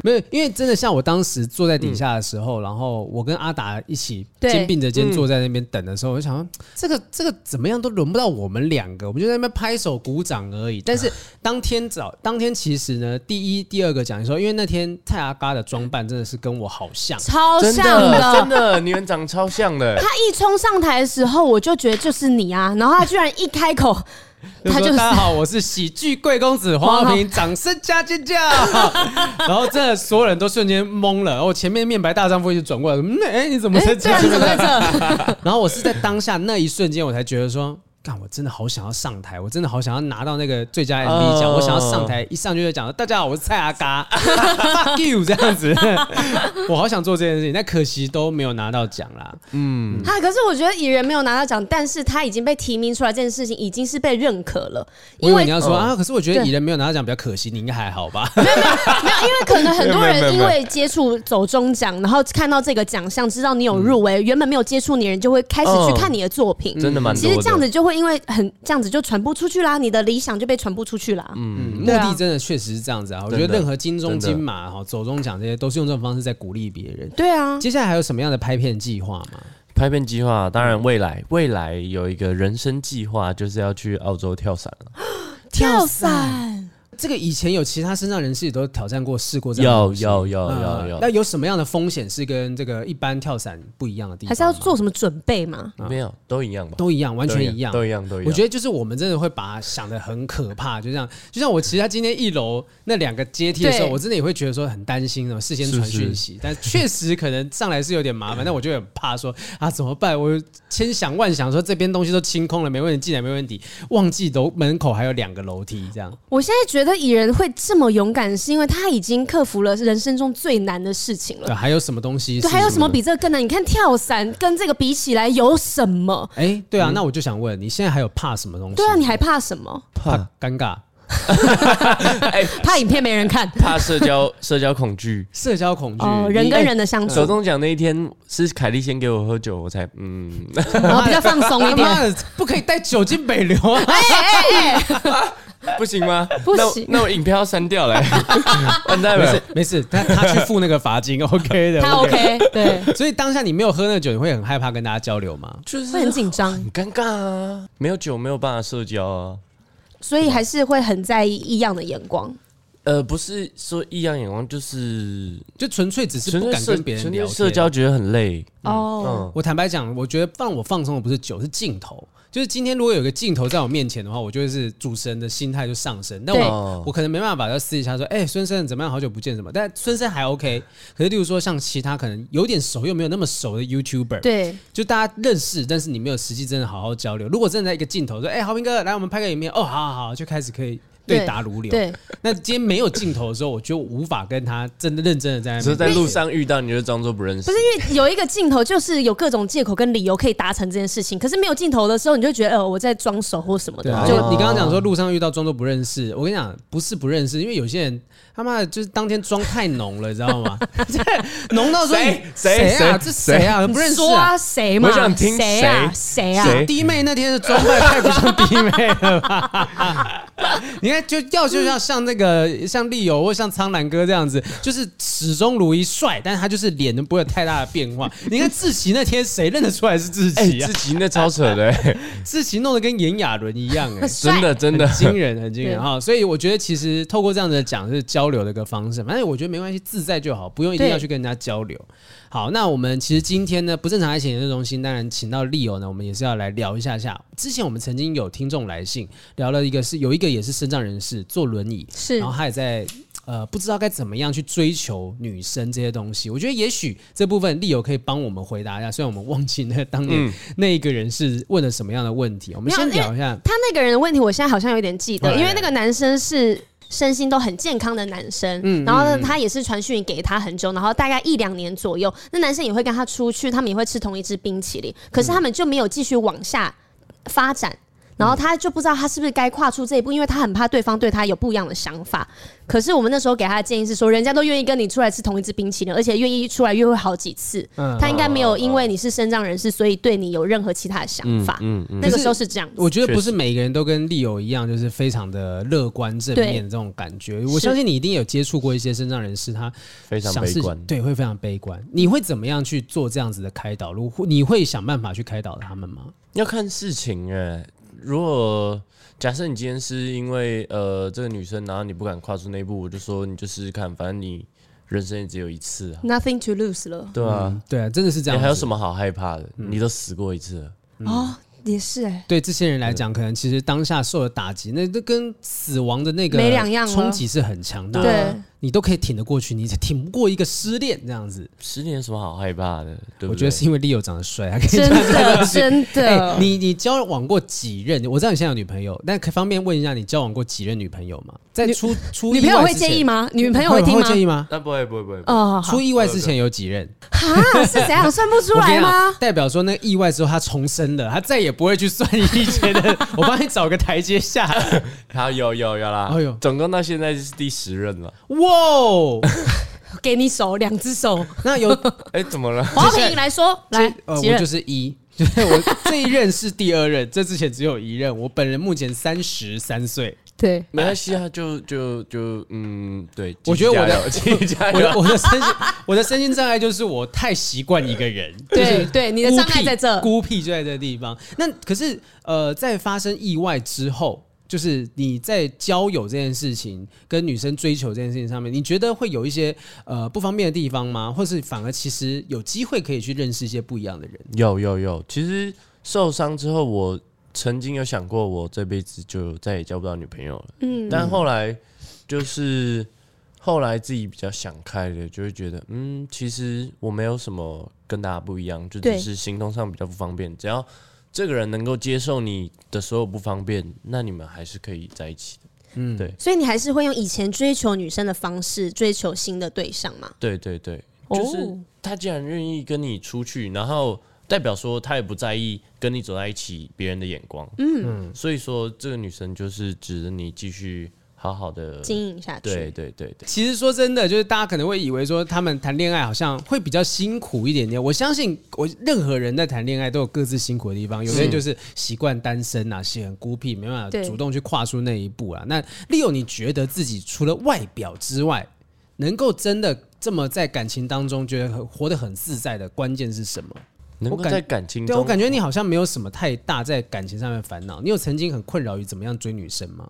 S1: 没有，因为真的像我当时坐在底下的时候，然后我跟阿达一起
S2: 对嗯
S1: 肩并着肩坐在那边等的时候，我就想说，这个这个怎么样都轮不到我们两个，我们就在那边拍手鼓掌而已。但是
S2: 啊
S1: 当天早当天其实呢，第一、第二个讲的时候，因为那天蔡阿嘎的装扮真的是跟我好像，
S2: 超
S3: 真
S2: 哦像
S3: 的真的，你们长超像的。
S2: 他一冲上台的时候，我就觉得就是你啊，然后他居然一开口， 他
S1: 就说
S2: 就是
S1: 大家好，我是喜剧贵公子黄 浩平，掌声加尖叫。 然后这所有人都瞬间懵了，哦，前面面白大丈夫一直转过来，嗯，哎、你怎么在这？
S2: 对啊，你怎么在这？
S1: 然后我是在当下那一瞬间，我才觉得说，干，我真的好想要上台，我真的好想要拿到那个最佳 MV 奖，
S3: 哦
S1: 我想要上台，一上去就讲，大家好，我是蔡阿嘎 ，fuck you 这样子，我好想做这件事情，但可惜都没有拿到奖啦。
S2: 哈，可是我觉得蚁人没有拿到奖，但是他已经被提名出来，这件事情已经是被认可了，
S1: 我以
S2: 因为
S1: 为你要说
S3: 哦
S1: 啊，可是我觉得
S2: 对
S1: 蚁人没有拿到奖比较可惜，你应该还好吧？
S2: 没有，因为可能很多
S3: 没有没有
S2: 人
S3: 没
S2: 因
S3: 有
S2: 为接触走中奖，然后看到这个奖项，知道你有入围，原本没有接触你的人就会开始去看你的作品。
S3: 嗯真的蛮多的。
S2: 其实这样子就会因为很这样子就传播出去啦，你的理想就被传播出去啦。
S1: 嗯，目
S2: 对啊
S1: 的真的确实是这样子啊。我
S3: 真
S1: 觉
S3: 的
S1: 得任何金钟、
S3: 真的
S1: 金马、哈走中奖这些，都是用这种方式在鼓励别人。
S2: 对啊，
S1: 接下来还有什么样的拍片计划吗？
S3: 拍片计划，当然未来未来有一个人生计划，就是要去澳洲跳伞了。
S2: 跳伞，
S1: 这个以前有其他身上人士也都挑战过、试过这样的
S3: 要
S1: 东西。
S3: 要要要
S1: 嗯
S3: 要
S1: 那，有什么样的风险是跟这个一般跳伞不一样的地方吗？
S2: 还是要做什么准备嘛？
S3: 没有都一样吧？
S1: 都一样，完全
S3: 都
S1: 一样。
S3: 都一样，都一样。
S1: 我觉得就是我们真的会把它想的很可怕，就像就像我其实他今天一楼那两个阶梯的时候，
S2: 对
S1: 我真的也会觉得说很担心哦，事先传讯息，但确实可能上来是有点麻烦， 但我就很怕说啊怎么办？我千想万想说这边东西都清空了，没问题，进来没问题，忘记楼门口还有两个楼梯这样。
S2: 我现在觉得蚁人会这么勇敢，是因为他已经克服了人生中最难的事情
S1: 对，
S2: 了。
S1: 还有什么东西？
S2: 对，还有什么？比这个更难？你看跳伞跟这个比起来有什么？
S1: 哎、对啊，那我就想问，你现在还有怕什么东西？
S2: 对啊，你还怕什么？
S1: 怕
S3: 怕
S1: 尴尬？
S3: 哎
S2: 怕影片没人看
S3: 怕社交社交恐惧。
S1: 社交恐惧、
S2: 哦，
S1: 你
S2: 人跟
S1: 哎
S2: 人的相处
S3: 手，中奖那一天是凯莉先给我喝酒，我才 嗯，
S2: 然后比较放松一
S1: 哎他
S2: 点。
S1: 妈的，不可以带酒精北流啊！
S3: 不行吗？
S2: 不
S3: 那我
S2: 行
S3: 那我影片要删 掉了，完 蛋
S1: 没
S3: 了
S1: 事。没事，他他去付那个罚金 ，OK 的。
S2: 他 OK，对，
S1: 所以当下你没有喝那个酒，你会很害怕跟大家交流吗？
S3: 就是
S2: 会很紧张，
S3: 很尴尬啊，没有酒没有办法社交啊。
S2: 所以还是会很在意异样的眼光。
S3: 呃，不是说异样眼光，就是
S1: 就纯粹只是
S3: 纯
S1: 不
S3: 粹
S1: 敢
S3: 社
S1: 跟别人
S3: 纯
S1: 聊
S3: 粹
S1: 天
S3: 社交，。觉得很累。
S2: 哦，
S3: 嗯，
S1: 我坦白讲，我觉得让我放松的不是酒，是镜头。就是今天如果有个镜头在我面前的话，我就会是主持人的心态就上升。但
S2: 对
S1: 我
S3: 哦
S1: 我可能没办法要私底下说，哎、孙生怎么样？好久不见，什么？但孙生还 OK。可是，例如说像其他可能有点熟又没有那么熟的 YouTuber，
S2: 对，
S1: 就大家认识，但是你没有实际真的好好交流。如果真的在一个镜头说，哎、豪平哥，来我们拍个影片，哦，好好好，就开始可以对答如流。
S2: 对，
S1: 那今天没有镜头的时候，我就无法跟他真的认真的在那
S3: 只是
S1: 边
S3: 在路上遇到你就装作不认识
S2: 不是。因为有一个镜头，就是有各种借口跟理由可以达成这件事情。可是没有镜头的时候，你就觉得呃我在装熟或什么
S1: 对
S2: 的。
S1: 啊，
S3: 哦
S1: 就你刚刚讲说路上遇到装作不认识，我跟你讲不是不认识，因为有些人他妈的就是当天妆太浓了，你知道吗？ 这浓到说你
S3: 谁
S1: 谁啊？
S3: 谁
S1: 这谁啊？不认识
S2: 说
S1: 啊！
S2: 啊，谁嘛？
S3: 我想听
S2: 谁啊？谁啊？
S3: 谁
S1: 弟妹那天的装扮太不像弟妹了吧？ 你看，就要就要像那个像丽友或像苍兰哥这样子，就是始终如一帅，但是他就是脸都不会有太大的变化。你看志奇那天谁认得出来是志
S3: 哎，
S1: 奇啊
S3: 自？己那超 扯的，哎
S1: 志奇弄得跟炎亚纶一样、哎，
S3: 真的真的
S1: 很惊人，很惊人
S2: 对
S1: 啊！所以我觉得其实透过这样的讲是交流的一个方式，反正我觉得没关系，自在就好，不用一定
S2: 对
S1: 要去跟人家交流。好，那我们其实今天呢，不正常爱情研究中心当然请到利友呢，我们也是要来聊一下下。之前我们曾经有听众来信聊了一个是有一个也是身障人士坐轮椅，
S2: 是
S1: 然后他也在。呃，不知道该怎么样去追求女生这些东西，我觉得也许这部分利友可以帮我们回答一下。虽然我们忘记那当年那一个人是问了什么样的问题，我们
S2: 嗯没有
S1: 先
S2: 因为
S1: 聊一下。
S2: 他那个人的问题，我现在好像有点记得，
S1: 哎
S2: 因为那个男生是。身心都很健康的男生，
S1: 嗯
S2: 然后呢，他也是传讯给他很久，然后大概一两年左右，那男生也会跟他出去，他们也会吃同一支冰淇淋，
S1: 嗯
S2: 可是他们就没有继续往下发展，然后他就不知道他是不是该跨出这一步，因为他很怕对方对他有不一样的想法。可是我们那时候给他的建议是说，人家都愿意跟你出来吃同一支冰淇淋，而且愿意出来约会好几次，
S1: 嗯
S2: 他应该没有因为你是身障人士，所以对你有任何其他的想法。
S3: 嗯嗯，
S2: 那个时候是这样子。
S1: 我觉得不
S3: 确
S1: 是每个人都跟利友一样，就是非常的乐观正面这种感觉。我
S2: 是
S1: 相信你一定有接触过一些身障人士，他
S3: 非常
S1: 想
S3: 悲
S1: 事
S3: 观。
S1: 对，会非常悲观。你会怎么样去做这样子的开导？如果你会想办法去开导他们吗？
S3: 要看事情哎、如果假设你今天是因为呃这个女生，然后你不敢跨出那一步，我就说你就试试看，反正你人生也只有一次啊，
S2: Nothing to lose 了。
S3: 对啊，
S1: 嗯对啊，真的是这
S3: 你、
S1: 样子。嗯
S3: 还有什么好害怕的？你都死过一次了，
S2: 哦，也是哎、
S1: 对这些人来讲，可能其实当下受的打击，那那跟死亡的那个
S2: 没两样了啊
S1: 冲击是很强大的。
S3: 啊
S2: 对，
S1: 你都可以挺得过去，你挺不过一个失恋这样子。
S3: 十年有什么好害怕的？对不对？
S1: 我觉得是因为 Leo 长得帅，还可以
S2: 真的真
S1: 哎
S2: 的，
S1: 你你交往过几任？我知道你现在有女朋友，但可以方便问一下，你交往过几任女朋友吗？在出出
S2: 女朋友会介意
S1: 吗？
S2: 吗？女朋友会听吗？
S1: 介意吗？
S3: 啊但不会不会不会，
S2: 哦，好
S1: 出意外之前有几任？
S2: 哈是怎样算不 出
S1: 我跟
S2: 来
S1: 你讲
S2: 吗？
S1: 代表说那个意外之后他重生了，他再也不会去算以前的。 我帮你找个台阶下。
S3: 好啊有有有啦，
S1: 哎呦
S3: 总共到现在就是第十任了。
S1: 哇哦，
S2: 给你手，两 只手。
S1: 那 有
S3: 哎，怎么了？
S2: 黄平来说，来
S1: 呃，
S2: 几
S1: 我就
S2: 任？
S1: 是一， 就是我这一任是第二任，这之前只有一任。我本人目前三十三岁，
S2: 对，
S3: 没关系啊，就就就嗯，对，
S1: 我觉得我的
S3: 继续加
S1: 我
S3: 油继续加
S1: 的
S3: 油。
S1: 我的身心我的身心障碍就是我太习惯一个人，
S2: 对
S1: 就是
S2: 对你的障碍在这
S1: 孤僻孤僻就在这个地方。那可是呃，在发生意外之后。就是你在交友这件事情跟女生追求这件事情上面，你觉得会有一些呃不方便的地方吗？或是反而其实有机会可以去认识一些不一样的人？
S3: 有有有，其实受伤之后，我曾经有想过，我这辈子就再也交不到女朋友了。
S2: 嗯，
S3: 但后来就是后来自己比较想开了，就会觉得，嗯，其实我没有什么跟大家不一样，就
S2: 对
S3: 只是行动上比较不方便。只要这个人能够接受你的所有不方便，那你们还是可以在一起的。嗯，对
S2: 所以你还是会用以前追求女生的方式追求新的对象嘛？
S3: 对对对，
S2: 哦
S3: 就是他既然愿意跟你出去，然后代表说他也不在意跟你走在一起别人的眼光。嗯，所以说这个女生就是指着你继续好好的。
S2: 经营下去，
S3: 对对对对，
S1: 其实说真的，就是大家可能会以为说他们谈恋爱好像会比较辛苦一点点。我相信我任何人在谈恋爱都有各自辛苦的地方，有些人就是习惯单身啊，是很孤僻，没办法
S2: 对
S1: 主动去跨出那一步啊。那 Leo，你觉得自己除了外表之外，能够真的这么在感情当中觉得很活得很自在的关键是什么？
S3: 能
S1: 我
S3: 够
S1: 感
S3: 在感情
S1: 对
S3: 中，
S1: 我感觉你好像没有什么太大在感情上面烦恼。你有曾经很困扰于怎么样追女生 吗？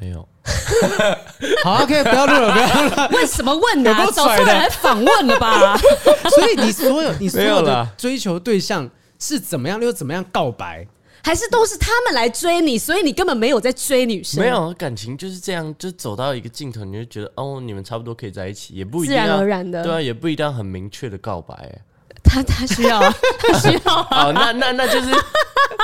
S3: 没有，
S1: 好，OK，不要录了，不要录了。
S2: 为什么问呢、
S1: 有够
S2: 早
S1: 拽
S2: 上
S1: 的
S2: 来访问 了吧？
S1: 所以你所有你所有
S3: 没有
S1: 的
S3: 啦
S1: 追求对象是怎么样又怎么样告白？
S2: 还是都是他们来追你，所以你根本没有在追女生，
S3: 没，有感情就是这样，就走到一个尽头，你就觉得哦，你们差不多可以在一起，也不一
S2: 自
S3: 定要
S2: 然而然的。
S3: 对啊，也不一定要很明确的告白欸。
S2: 他他需要，他需要啊。
S3: 哦，那那那就是，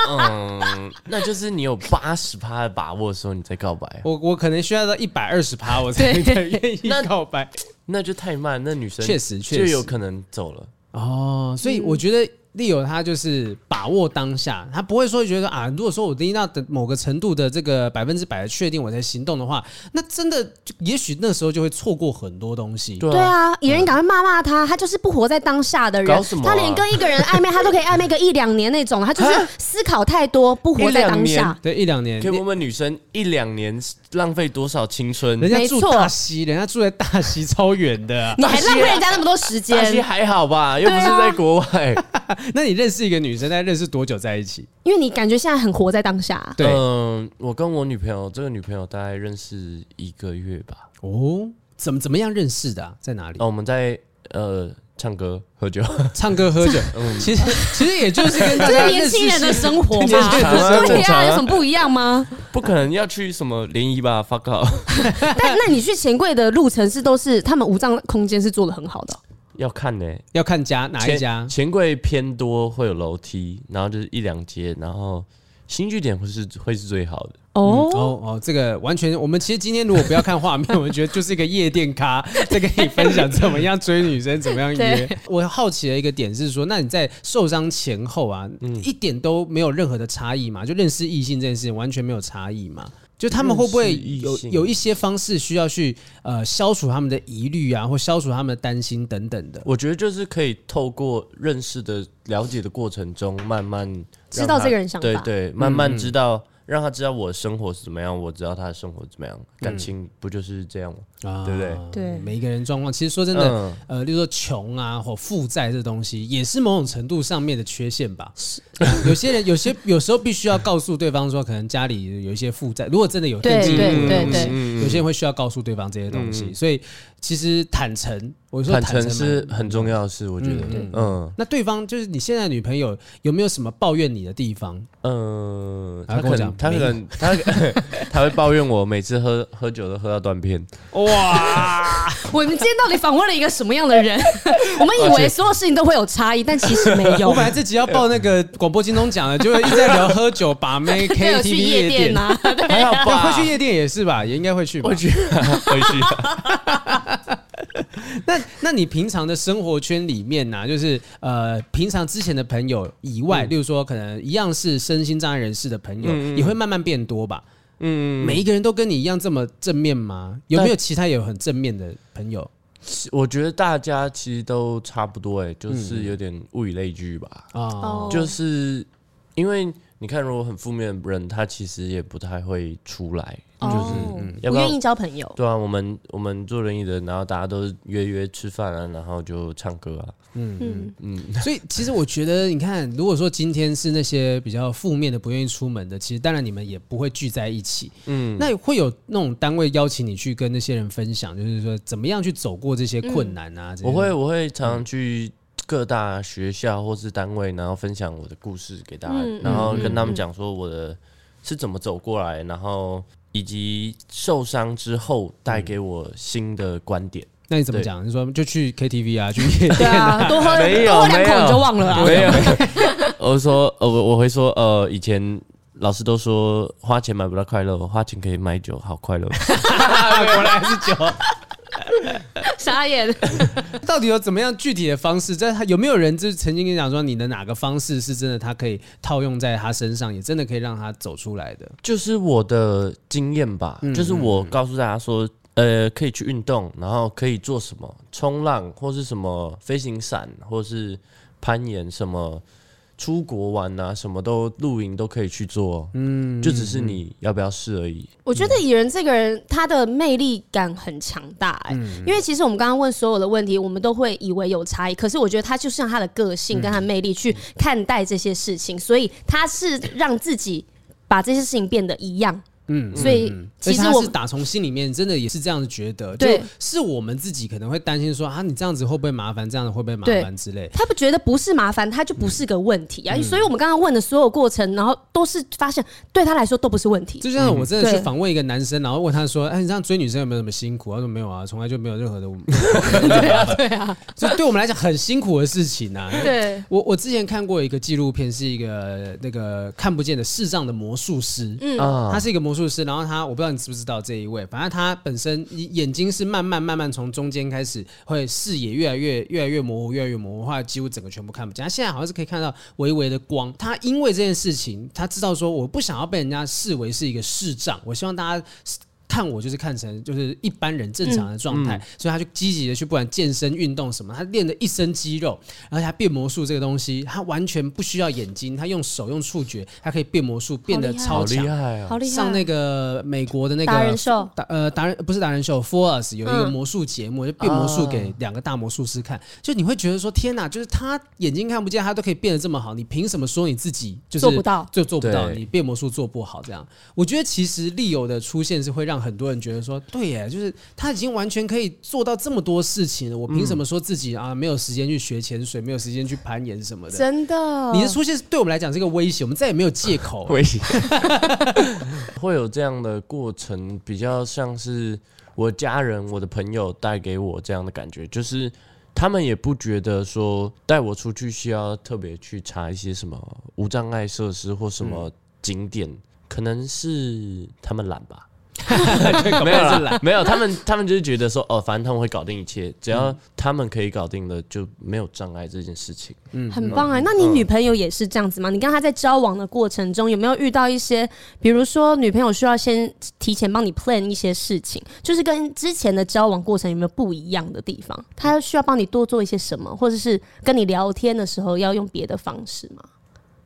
S3: 嗯，那就是你有八十趴的把握的时候，你再告白啊，
S1: 我我可能需要到一百二十趴，我才才愿意
S3: 那
S1: 告白。
S3: 那就太慢，那女生
S1: 确实确
S3: 就
S1: 实
S3: 有可能走了。
S1: 哦，所以我觉得利友他就是把握当下，他不会说觉得啊，如果说我一定要等某个程度的这个百分之百的确定我才行动的话，那真的就也许那时候就会错过很多东西。
S3: 对
S2: 对
S3: 啊，
S2: 啊，有人赶快骂骂他，他就是不活在当下的人
S3: 搞什，么
S2: 他
S3: 啊
S2: 连跟一个人暧昧，他都可以暧昧个一两年那种，他就是思考太多，不活在当
S3: 一两
S2: 下
S3: 年。
S1: 对，一两年
S3: 可以，问问女生一两年浪费多少青春？
S1: 人家住
S2: 没错
S1: 大溪，人家住在大溪超远的啊、
S2: 你还浪费人家那么多时间
S3: 大，西还好吧，又不是
S2: 对啊
S3: 在国外。
S1: 那你认识一个女生，大概认识多久在一起？
S2: 因为你感觉现在很活在当下。
S1: 对，
S3: 嗯，我跟我女朋友，这个女朋友大概认识一个月吧。
S1: 哦，怎么怎么样认识的、啊？在哪里？
S3: 哦，我们在呃唱歌喝 酒，
S1: 唱歌喝 酒，
S3: 嗯
S1: 其实其实也就是跟大
S2: 这
S1: 家
S3: 啊
S2: 是
S1: 认
S2: 年
S1: 识
S2: 轻人的生活嘛，
S1: 年轻人的生活
S2: 对
S3: 正常
S2: 啊，
S3: 啊
S2: 有什么不一样 吗？
S3: 不可能要去什么联谊吧？fuck off，
S2: 但那你去钱柜的路程是都是他们无障空间是做的很好的，
S3: 要看呢、
S1: 要看家哪一家
S3: 钱，钱柜偏多，会有楼梯，然后就是一两阶，然后新据点会是会是最好的。
S2: 哦，
S1: 哦哦，这个完全，我们其实今天如果不要看画面，我们觉得就是一个夜店咖 在跟你分享怎么样追女生，怎么样约
S2: 对。
S1: 我好奇的一个点是说，那你在受伤前后啊，
S3: 嗯
S1: 一点都没有任何的差异嘛？就认识异性这件事情完全没有差异嘛？就他们会不会
S3: 认识异
S1: 有
S3: 性
S1: 有一些方式需要去呃消除他们的疑虑啊，或消除他们的担心等等的？
S3: 我觉得就是可以透过认识的、了解的过程中，慢慢让他
S2: 知道这个人想法
S3: 对对，慢慢知道让他知道我的生活是怎么样，我知道他的生活怎么样，感情不就是这样吗？
S1: 啊
S3: 对不对
S2: 对
S1: 每一个人状况，其实说真的，
S3: 嗯，
S1: 呃，例如说穷啊或负债这东西，也是某种程度上面的缺陷吧。 有些人有些有时候必须要告诉对方说，可能家里有一些负债，如果真的有
S2: 对
S1: 定期
S2: 对
S1: 付的
S2: 对
S1: 东西
S2: 对
S1: 有些人会需要告诉对方这些东西，所以其实坦诚，我说
S3: 嗯坦
S1: 坦
S3: 诚
S1: 诚
S3: 是
S1: 嘛
S3: 很重要的事，我觉得，嗯嗯
S1: 那对方就是你现在的女朋友有没有什么抱怨你的地方？
S3: 嗯，
S1: 然
S3: 他
S1: 后跟我
S3: 可
S1: 讲
S3: 能他可能他他 会抱怨我每次喝喝酒都喝到断 片，
S2: 我们今天到底访问了一个什么样的 人？我们以为所有事情都会有差异，但其实没
S1: 我
S2: 有
S1: 本。来自己要报那个广播金钟奖的，结果一直在聊喝酒、把 妹、
S2: 对，有
S1: KTV
S2: 去夜
S1: 店
S2: 店 啊， 对
S3: 还好
S1: 对
S3: 吧？
S1: 哎会去夜店也是吧？也应该会去吧。
S3: 会去会去，
S1: 那那你平常的生活圈里面呢、就是呃，平常之前的朋友以
S3: 嗯
S1: 外，例如说可能一样是身心障碍人士的朋友，也会慢慢变多吧？
S3: 嗯，
S1: 每一个人都跟你一样这么正面吗？有没有
S3: 但
S1: 其他有很正面的朋 友？
S3: 我觉得大家其实都差不多，哎，就是有点物以类聚吧，
S1: 啊，
S2: 哦
S3: 就是因为你看，如果很负面的人，他其实也不太会出来，
S2: 就是哦不
S3: 要不然
S2: 愿意交朋友。
S3: 对啊，我们我们坐轮椅的，然后大家都是约约吃饭啊，然后就唱歌啊，
S2: 嗯，
S1: 所以其实我觉得，你看，如果说今天是那些比较负面的、不愿意出门的，其实当然你们也不会聚在一起。嗯，那会有那种单位邀请你去跟那些人分享，就是说怎么样去走过这些困难啊？这
S2: 嗯
S1: 些
S3: 我会我会常常去各大学校或是单位，然后分享我的故事给大家，
S2: 嗯
S3: 然后跟他们讲说我的是怎么走过来，然后以及受伤之后带
S2: 嗯
S3: 给我新的观点。
S1: 那你怎么
S3: 对
S1: 讲？你说就去 KTV 啊，去夜
S2: 对
S1: 店啊，
S2: 啊，多喝
S3: 没有
S2: 多喝两口
S3: 没有
S2: 你就忘了啊。
S3: 没有， 我说呃我我会说呃以前。老师都说花钱买不到快乐，花钱可以买酒，好快 乐。
S1: 果然还是酒。
S2: 傻眼。
S1: 到底有怎么样具体的方式？在他有没有人就是曾经跟你讲说，你的哪个方式是真的，他可以套用在他身上，也真的可以让他走出来的？
S3: 就是我的经验吧，就是我告诉大家说，呃，可以去运动，然后可以做什么，冲浪或是什么飞行伞，或是攀岩，什么出国玩啊，什么都露营都可以去做，嗯，就只是你要不要试而已。
S2: 我觉得蚁人这个人，他的魅力感很强大、哎、因为其实我们刚刚问所有的问题，我们都会以为有差异，可是我觉得他就是让他的个性跟他的魅力去看待这些事情，所以他是让自己把这些事情变得一样。嗯，所以
S1: 而且
S2: 其实
S1: 他
S2: 我
S1: 是打从心里面真的也是这样子觉得，
S2: 对
S1: 就是我们自己可能会担心说啊，你这样子会不会麻烦，这样子会不会麻烦之类。
S2: 他不觉得不是麻烦，他就不是个问题啊。所以我们刚刚问的所有过程，然后都是发现对他来说都不是问题。
S1: 就像我真的去
S2: 嗯对
S1: 访问一个男生，然后问他说：“哎，你这样追女生有没有什么辛苦？”他说：“没有啊，从来就没有任何 的，
S2: 对啊，
S1: 就对我们来讲很辛苦的事情啊。”
S2: 对，
S1: 我我之前看过一个纪录片，是一个那个看不见的视障的魔术师。
S2: 嗯
S3: 啊
S1: 他，是一个魔术师，然后他我不知道你知不知道这一位，反正他本身眼睛是慢慢慢慢从中间开始会视野越来越越来越模糊，越来越模糊，后来几乎整个全部看不见。他现在好像是可以看到微微的光。他因为这件事情，他知道说我不想要被人家视为是一个视障，我希望大家看我就是看成就是一般人正常的状
S3: 嗯
S1: 态，所以他就积极的去不管健身运动什么，他练了一身肌肉，而且他变魔术这个东西，他完全不需要眼睛，他用手用触觉，他可以变魔术，变得
S2: 厉害
S1: 超
S3: 好厉
S1: 强。
S3: 害啊！
S2: 好厉害。
S1: 上那个美国的那
S2: 达人
S1: 个
S2: 秀，
S1: 达呃达人不是达人秀，For Us 有一个
S2: 嗯哦
S1: 魔术节目，就变魔术给两个大魔术师看，就你会觉得说天哪，就是他眼睛看不见，他都可以变得这么好，你凭什么说你自己就是
S2: 做不到
S1: 就做不到，
S3: 对
S1: 你变魔术做不好这样？我觉得其实利友的出现是会让很多人觉得说，对耶，就是他已经完全可以做到这么多事情了，我凭
S2: 嗯
S1: 什么说自己啊没有时间去学潜水，没有时间去攀岩什么的？
S2: 真的，
S1: 你的出现对我们来讲是一个威胁，我们再也没有借口了。
S3: 危会有这样的过程，比较像是我家人、我的朋友带给我这样的感觉，就是他们也不觉得说带我出去需要特别去查一些什么无障碍设施或什么景点，可能是他们懒 吧。没有
S1: 是
S3: 啦，没有，他们他们就是觉得说，哦，反正他们会搞定一切，只要他们可以搞定的，就没有障碍这件事情。
S2: 很棒啊！那你女朋友也是这样子吗？你跟她在交往的过程中，有没有遇到一些，比如说女朋友需要先提前帮你 plan 一些事情，就是跟之前的交往过程有没有不一样的地方？她需要帮你多做一些什么，或者是跟你聊天的时候要用别的方式吗？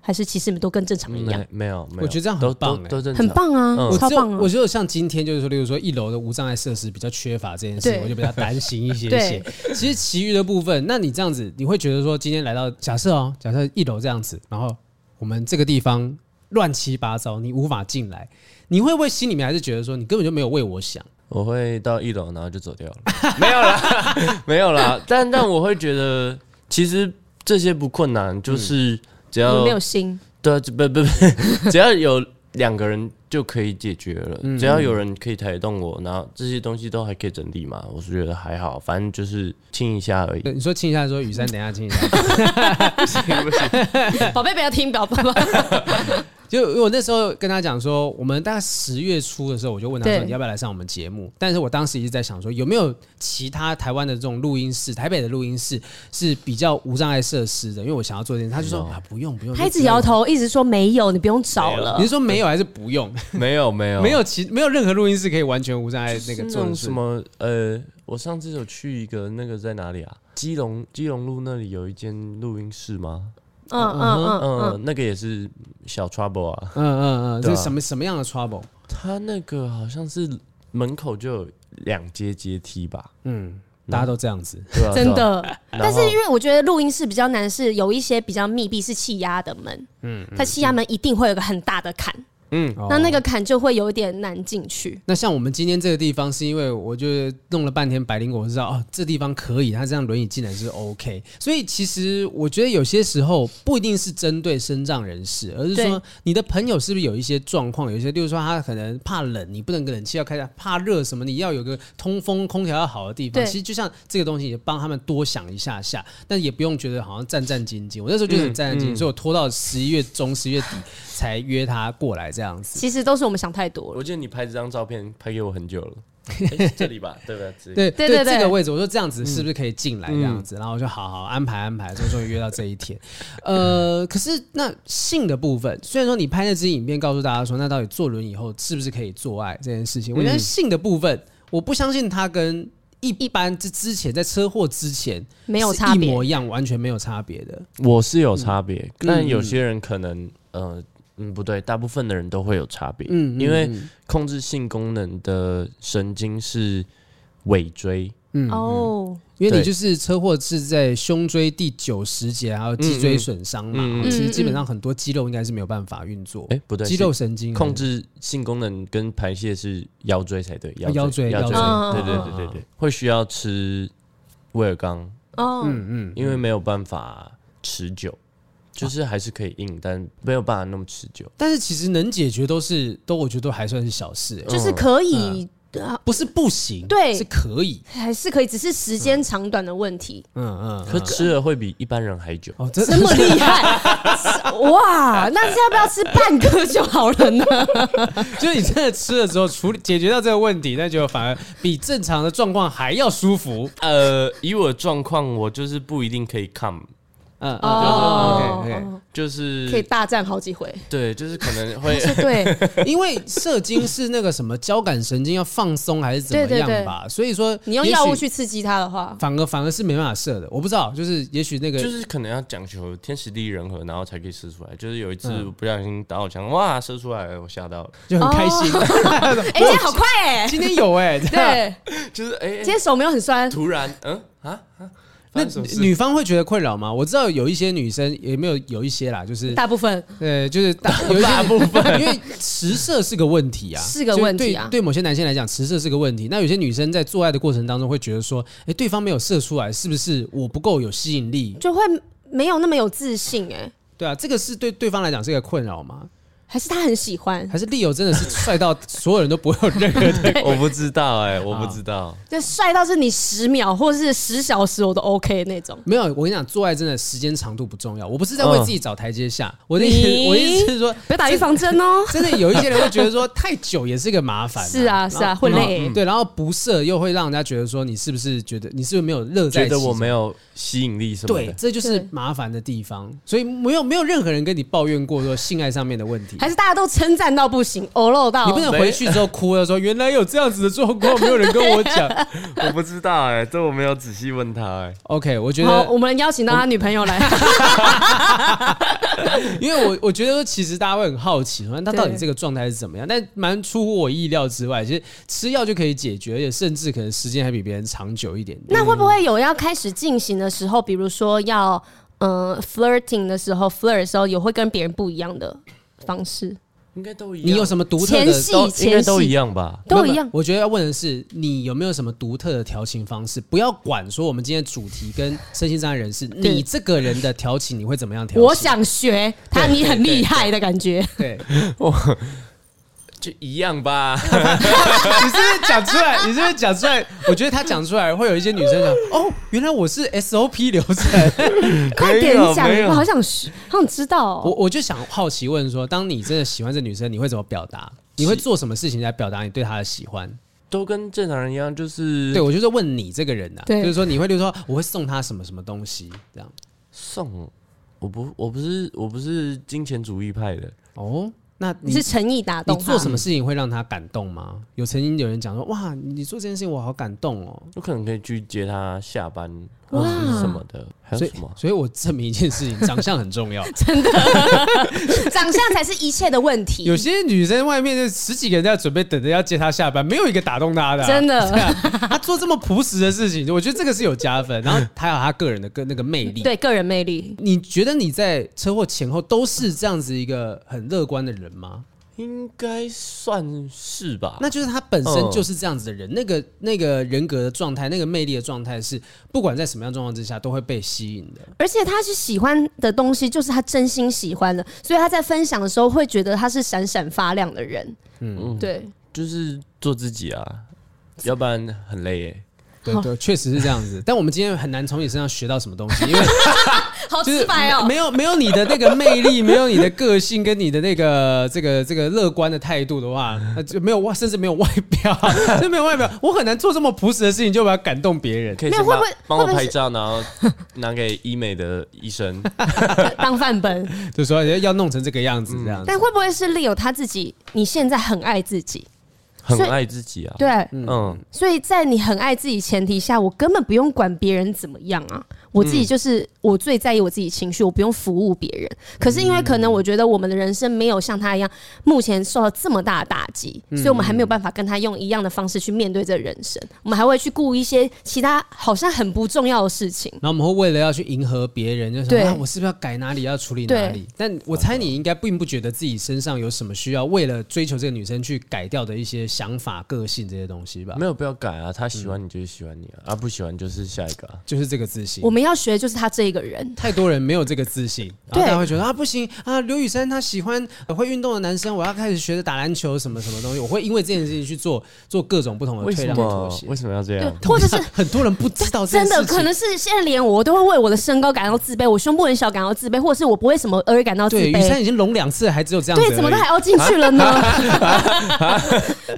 S2: 还是其实你们都跟正常人一样
S3: 没？没有没有，
S1: 我觉得这样很
S3: 都
S1: 棒
S3: 都
S1: 欸
S3: 都正常
S2: 很。棒啊，
S3: 嗯
S1: 我
S2: 超
S1: 只有
S2: 棒啊
S1: 我！只有像今天就是说，例如说一楼的无障碍设施比较缺乏这件事
S2: 对，
S1: 我就比较担心一 些
S2: 对
S1: 些。其实其余的部分，那你这样子，你会觉得说，今天来到假设哦，假设一楼这样子，然后我们这个地方乱七八糟，你无法进来，你会不会心里面还是觉得说，你根本就没有为我想？
S3: 我会到一楼，然后就走掉了。 没有啦， 没有啦。但但我会觉得，其实这些不困难，
S1: 嗯
S3: 就是只
S2: 你
S3: 要、
S2: 们没有心，
S3: 对啊，只不不不，只 要有两个人就可以解决了。
S1: 嗯
S3: 只要有人可以抬得动我，然后这些东西都还可以整理嘛，我是觉得还好，反正就是亲一下而 已。
S1: 对你说亲一下说雨山，等一下亲一下。
S2: 宝贝不要听，宝 宝宝贝
S1: 就我那时候跟他讲说，我们大概十月初的时候，我就问他说
S2: 对
S1: 你要不要来上我们节目？但是我当时一直在想说，有没有其他台湾的这种录音室，台北的录音室是比较无障碍设施的？因为我想要做这件事，他就说
S3: 没有
S1: 啊，不用不用。
S2: 他一直
S1: 就不用
S2: 摇。头，一直说没有，你不用找
S1: 你
S2: 了
S1: 是。说没有还是不用？
S3: 没有没有
S1: 没有其没有任何录音室可以完全无障碍那个
S3: 那
S1: 做
S3: 种
S1: 的
S3: 什
S1: 事。
S3: 么呃，我上次有去一个那个在哪里啊？基隆基隆路那里有一间录音室吗？
S2: 嗯嗯嗯
S3: 嗯、
S2: 嗯，
S3: 那个也是小 trouble 啊。
S1: 嗯嗯嗯，
S3: 对啊
S1: 这是什么什么样的 trouble？
S3: 他那个好像是门口就有两阶阶梯吧？
S1: 嗯，大家都这样子。
S3: 对 啊，
S2: 真
S3: 对啊。
S2: 的。
S3: 然
S2: 但是
S3: 后
S2: 因为我觉得录音室比较难，是有一些比较密闭，是气压的门，嗯，它气压门一定会有一个很大的坎，那那
S1: 哦
S2: 个坎就会有点难进去。
S1: 那像我们今天这个地方，是因为我就弄了半天百灵果，我知道哦，这地方可以，它这样轮椅进来是 OK。所以其实我觉得有些时候不一定是针对身障人士，而是
S2: 对
S1: 说你的朋友是不是有一些状况，有一些，例如说他可能怕冷，你不能跟冷气要开下；怕热什么，你要有个通风、空调要好的地方。
S2: 对
S1: 其实就像这个东西，也帮他们多想一下下，但也不用觉得好像战战兢兢。我那时候就很战
S2: 嗯
S1: 战兢兢，所以我拖到十一月中、十月底才约他过来这样子。
S2: 其实都是我们想太多了
S3: 我。记得你拍这张照片，拍给我很 久了，诶是这里吧？对不对？这里
S1: 对
S2: 对对对
S1: 这个位置，我说这样子是不是可以进来这样子？然后我就好好安排安排，最后终于约到这一天。呃，可是那性的部分，虽然说你拍那支影片告诉大家说，那到底坐轮椅后是不是可以做爱这件事情，我觉得性的部分，我不相信它跟一般这之前在车祸之前
S2: 没有
S1: 是
S2: 差
S1: 一
S2: 别
S1: 模一样，完全没有差别的。
S3: 我是有差别，但有些人可能呃嗯不对，大部分的人都会有差别，
S1: 嗯嗯
S3: 因为控制性功能的神经是尾椎，
S1: 嗯，
S2: 哦，
S1: 因为
S3: 对
S1: 你就是车祸是在胸椎第九十节，还有脊椎损伤嘛，
S3: 嗯嗯嗯
S1: 其实基本上很多肌肉应该是没有办法运作，
S3: 哎、不对，
S1: 肌肉
S3: 是
S1: 神经
S3: 控。制性功能跟排泄是腰椎才对，腰
S1: 哦腰
S3: 椎
S1: 椎嗯
S3: 椎，
S2: 腰
S3: 对
S2: 椎
S3: 对对对对，会需要吃威尔刚，
S2: 哦，
S1: 嗯嗯，
S3: 因为没有办法持久。
S1: 嗯
S3: 就是还是可以硬，但没有办法那么持久。
S1: 但是其实能解决都是都，我觉得都还算是小事、欸
S2: 就是可以，
S1: 不是不行，
S2: 对
S1: 是可以，
S2: 还是可以，只是时间长短的问题。
S1: 嗯嗯，
S3: 可吃了会比一般人还久。
S1: 哦， 真
S2: 这么厉害 哇！那要不要吃半颗就好 了呢？
S1: 就是你真的吃了之后处理解决到这个问题，那就反而比正常的状况还要舒服，
S3: 呃，以我的状况，我就是不一定可以 come，
S1: 嗯嗯
S2: 哦
S1: 对对对
S3: 就是
S2: 可以大战好几回，
S3: 对，就是可 能会
S2: 是对，
S1: 对，因为射精是那个什么交感神经要放松还是怎么
S2: 对对对
S1: 样吧，所以说
S2: 你用
S1: 也许
S2: 药物去刺激它的话，
S1: 反而反而是没办法射的，我不知道，就是也许那个
S3: 就是可能要讲求天时地利人和，然后才可以射出来。就是有一次
S1: 嗯
S3: 我不小心打火枪，哇，射出来了，我吓到了。
S1: 就很开心，
S2: 哎，今天好快哎，
S1: 今天有哎，这样，
S2: 对，
S3: 就是哎、哎
S2: 今天手没有很酸，
S3: 突然嗯啊啊，
S1: 那
S3: 发生什么事
S1: 女方会觉得困扰吗？我知道有一些女生也没有有一些啦，就是
S2: 大部分
S1: 对，就是大有一大部 分，因为迟射是个问题啊，
S2: 是个问题啊
S1: 就是对对某些男性来讲，迟射是个问题。那有些女生在做爱的过程当中会觉得说，哎、对方没有射出来，是不是我不够有吸引力？
S2: 就会没有那么有自信哎，
S1: 对啊，这个是对对方来讲是一个困扰吗？
S2: 还是他很喜欢，
S1: 还是利友真的是帅到所有人都不会有任 何的？
S3: 我不知道哎、我不知道。
S2: 就帅到是你十秒或是十小时我都 OK 那种。
S1: 没有，我跟你讲，做爱真的时间长度不重要，我不是在为自己找台阶下，我的
S2: 你
S1: 意我的意思是说，
S2: 不要打预防针哦。
S1: 真的有一些人会觉得说太久也是个麻烦、
S2: 是啊，是啊，会累。
S1: 嗯对，然后不射又会让人家觉得说你是不是觉得你是不是没有乐在
S3: 觉
S1: 其
S3: 得
S1: 中？
S3: 我没有吸引力什么
S1: 对，
S3: 的，
S1: 这就是
S2: 对
S1: 麻烦的地方。所以没有没有任何人跟你抱怨过说性爱上面的问题，
S2: 还是大家都称赞到不行，偶漏到
S1: 你不能回去之后哭了说，原来有这样子的状况，没有人跟我 讲。
S3: 我不知道哎、这我没有仔细问他哎、
S1: OK，我觉
S2: 好，
S1: 得，
S2: 我们邀请到他女朋友来，
S1: 因为我我觉得其实大家会很好奇，那他到底
S2: 对
S1: 这个状态是怎么样？但蛮出乎我意料之外，其实吃药就可以解决，而且甚至可能时间还比别人长久一点。
S2: 那会不会有要开始进行的时候，比如说要嗯、呃 flirting 的时候，flirt 的时候也会跟别人不一样的方式？
S3: 应该都一
S1: 你有什么独特
S2: 前
S1: 的
S2: 戏
S3: 都哦应该
S2: 前
S3: 都
S2: 戏
S3: 一样吧？
S2: 都
S1: 没有
S2: 一样
S1: 没有我觉得要问的是，你有没有什么独特的调情方式？不要管说我们今天主题跟身心障碍人士，
S2: 对
S1: 你这个人的调情你会怎么样调情？
S2: 我想学他，
S1: 对
S2: 你很厉害的感觉。
S1: 对，
S3: 就一样吧？
S1: 你是不是讲出 来？你是不是讲出来？我觉得他讲出来会有一些女生想，哦，原来我是 SOP 流程。
S2: 快点讲
S3: 没，有
S2: 我好想学，好想知道、
S1: 我
S2: 哦。
S1: 我就想好奇问说，当你真的喜欢这女生，你会怎么表达？你会做什么事情来表达你对她的喜欢？
S3: 都跟正常人一样，就是
S1: 对我就是问你这个人呐、啊，
S2: 对
S1: 就是说你会，就是说我会送她什么什么东西这样。
S3: 送。我不，我不是，我不是金钱主义派的，
S1: 哦，那你
S2: 你是诚意打
S1: 你
S2: 动他
S1: 做什么事情会让他感动吗？有曾经有人讲说，哇，你做这件事情我好感动哦。
S3: 我可能可以去接他下班
S2: 哇
S3: 或者是什么的，还
S1: 所
S3: 有
S1: 以
S3: 什么，？
S1: 所以我证明一件事情，长相很重 要。
S2: 长相才是一切的问题
S1: 有。些女生外面就十几个人在准备等着要接她下班，没有一个打动她的啊、
S2: 真的
S1: 对啊她做这么朴实的事情，我觉得这个是有加分。然后还有她个人的个那个魅力。
S2: 嗯对个人魅力，
S1: 你觉得你在车祸前后都是这样子一个很乐观的人吗？
S3: 应该算是吧。
S1: 那就是他本身
S3: 嗯
S1: 就是这样子的人，那个那个人格的状态，那个魅力的状态是不管在什么样状况之下都会被吸引的。
S2: 而且他是喜欢的东西，就是他真心喜欢的，所以他在分享的时候会觉得他是闪闪发亮的人。嗯，对，
S3: 就是做自己啊，要不然很累耶。
S1: 对对，确实是这样子。但我们今天很难从你身上学到什么东西，因为
S2: 好哦
S1: 就是没有没有你的那个魅力，没有你的个性跟你的那个这个这个乐观的态度的话，呃就没有外，甚至没有外表， 就没有外表，我很难做这么朴实的事情就把它感动别人。
S3: 可以
S2: 没有
S3: 先把
S2: 会不会
S3: 帮我
S2: 会不会
S3: 拍
S2: 是
S3: 照，然后 拿给医美的 医生。
S2: 当范本。
S1: 就说哎要弄成这个样子，
S3: 嗯
S1: 这样子。
S2: 但会不会是 Leo 他自己？你现在很爱自己，
S3: 很
S2: 所以
S3: 爱自
S1: 哦
S3: 己啊。
S2: 对，
S3: 嗯，
S2: 所以在你很爱自己前提下，我根本不用管别人怎么样啊，我自己
S1: 嗯
S2: 就是、我最在意我自己情绪，我不用服务别人。可是因为可能我觉得我们的人生没有像他一样，目前受到这么大的打击，
S1: 嗯
S2: 所以我们还没有办法跟他用一样的方式去面对这人生，我们还会去顾一些其他好像很不重要的事情。
S1: 然后我们会为了要去迎合别人，就说
S2: 对
S1: 啊，我是不是要改哪里，要处理哪里？但我猜你应该并不觉得自己身上有什么需要为了追求这个女生去改掉的一些想法、个性这些东西吧
S3: 没？有必要改啊，他喜欢你就是喜欢你啊，
S1: 嗯
S3: 啊不喜欢就是下一个啊。
S1: 就是这个自信
S2: 我。们要学的就是他这一个人，
S1: 太多人没有这个自信，然
S2: 对
S1: 后大家会觉得啊不行啊，刘雨珊她喜欢呃会运动的男生，我要开始学着打篮球什么什么东西，我会因为这件事情去做做各种不同的
S3: 为
S1: 退
S3: 什
S1: 让妥
S3: 么
S1: 协
S3: 为。什么要这
S2: 对
S3: 样？，
S2: 或者是
S1: 很多人不知道这件
S2: 真
S1: 啊事
S2: 的
S1: 情，
S2: 可能是现在连我都会为我的身高感到自卑，我胸部很小感到自卑，或者是我不为什么而感到自
S1: 对
S2: 卑。
S1: 雨珊已经聋两次，还只有这样子而已，
S2: 对，怎么都还要进去了呢？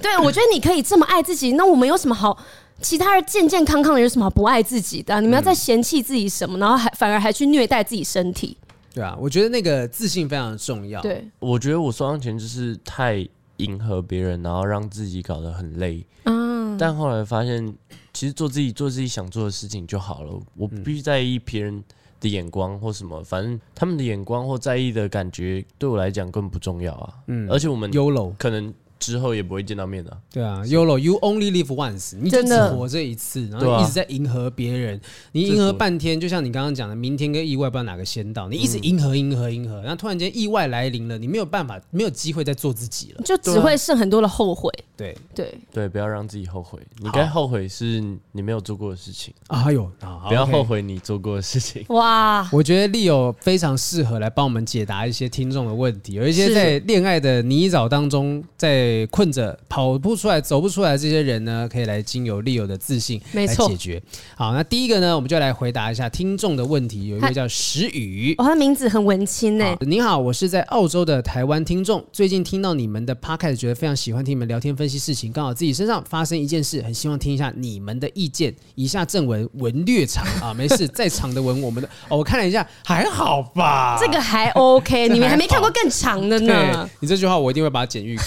S2: 对，我觉得你可以这么爱自己，那我们有什么好？其他人健健康康的有什么好不爱自己的啊、你们要再嫌弃自己什么，然后还反而还去虐待自己身体？
S1: 对啊，我觉得那个自信非常的重要。
S2: 对，
S3: 我觉得我双向前就是太迎合别人，然后让自己搞得很累。
S2: 嗯，
S3: 但后来发现，其实做自己做自己想做的事情就好
S1: 嗯
S3: 了，我不必在意别人的眼光或什么，反正他们的眼光或在意的感觉对我来讲更不重要啊。嗯，而且我们
S1: 优柔，
S3: 可能之后也不会见到面的啊、
S1: 对啊，Yolo you only live once，你就
S2: 真
S1: 只
S2: 的
S1: 活这一次，然
S3: 对
S1: 后
S3: 啊
S1: 一直在迎合别人，你迎合半天，就像你刚刚讲的，明天跟意外不知道哪个先到，你一直迎合、迎合、迎合，然后突然间意外来临了，你没有办法，没有机会再做自己了。
S2: 嗯就只会剩很多的后悔。
S1: 对
S2: 对，
S3: 对，不要让自己后悔。你该后悔是你没有做过的事情，
S1: 啊，哎呦，啊
S3: 不要后。
S1: 好 OK
S3: 悔你做过的事情。
S2: 哇，
S1: 我觉得 Leo 非常适合来帮我们解答一些听众的问题，有一些
S2: 是
S1: 在恋爱的泥沼当中，在被困着、跑不出来、走不出来这些人呢，可以来经由利友的自信
S2: 没
S1: 来
S2: 错
S1: 解决。好，那第一个呢，我们就来回答一下听众的问题。有一
S2: 嗨
S1: 位叫石宇，
S2: 哦，他名字很文青呢、
S1: 好您好，我是在澳洲的台湾听众，最近听到你们的 podcast，觉得非常喜欢听你们聊天分析事情，刚好自己身上发生一件事，很希望听一下你们的意见。以下正文文略长啊，没事，在场的文我们的哦，我看了一下，还好吧。
S2: 这个还 OK，你们还没看过更长的
S1: 啊对
S2: 呢。
S1: 你这句话，我一定会把它剪预告。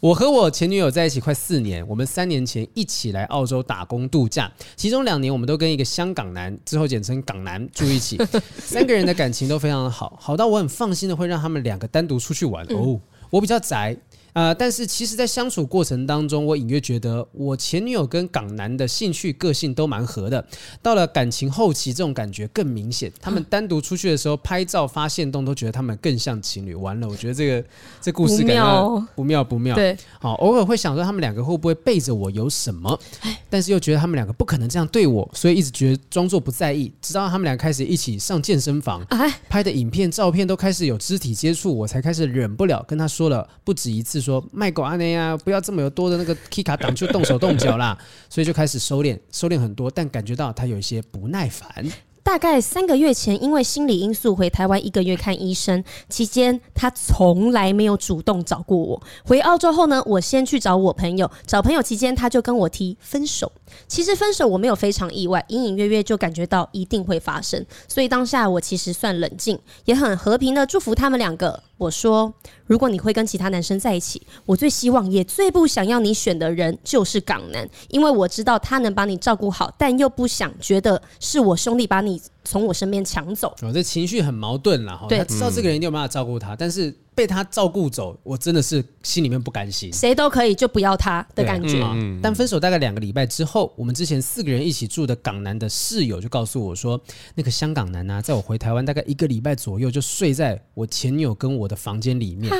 S1: 我和我前女友在一起快四年，我们三年前一起来澳洲打工度假，其中两年我们都跟一个香港男（之后简称港男）住一起，三个人的感情都非常的好，好到我很放心的会让他们两个单独出去玩。哦，我比较宅。呃，但是其实，在相处过程当中，我隐约觉得我前女友跟港男的兴趣、个性都蛮合的。到了感情后期，这种感觉更明显。他们
S2: 啊
S1: 单独出去的时候拍照、发现动，都觉得他们更像情侣。完了，我觉得这个这故事
S2: 不
S1: 感
S2: 妙
S1: 觉
S2: 哦
S1: 不妙不妙。
S2: 对，
S1: 好，偶尔会想说他们两个会不会背着我有什么，
S2: 哎
S1: 但是又觉得他们两个不可能这样对我，所以一直觉得装作不在意。直到他们俩开始一起上健身房，
S2: 哎，
S1: 拍的影片、照片都开始有肢体接触，我才开始忍不了跟他说了不止一次说，卖狗阿内啊，不要这么有多的那个 K 卡挡就动手动脚 啦，所以就开始收敛，收敛很多，但感觉到他有一些不耐烦。
S2: 大概三个月前，因为心理因素回台湾一个月看医生，期间他从来没有主动找过我。回澳洲后呢，我先去找我朋友，找朋友期间他就跟我提分手。其实分手我没有非常意外，隐隐约约就感觉到一定会发生，所以当下我其实算冷静，也很和平的祝福他们两个。我说，如果你会跟其他男生在一起，我最希望也最不想要你选的人就是港男，因为我知道他能把你照顾好，但又不想觉得是我兄弟把你从我身边抢走。
S1: 哦，这情绪很矛盾啦，哈，
S2: 对
S1: 他知道这个人一定有办法照顾他，但是被他照顾走，我真的是心里面不甘心。
S2: 谁都可以，就不要他的感觉。
S1: 嗯，但分手大概两个礼拜之后，我们之前四个人一起住的港南的室友就告诉我说，那个香港男呢、啊在我回台湾大概一个礼拜左右，就睡在我前女友跟我的房间里面，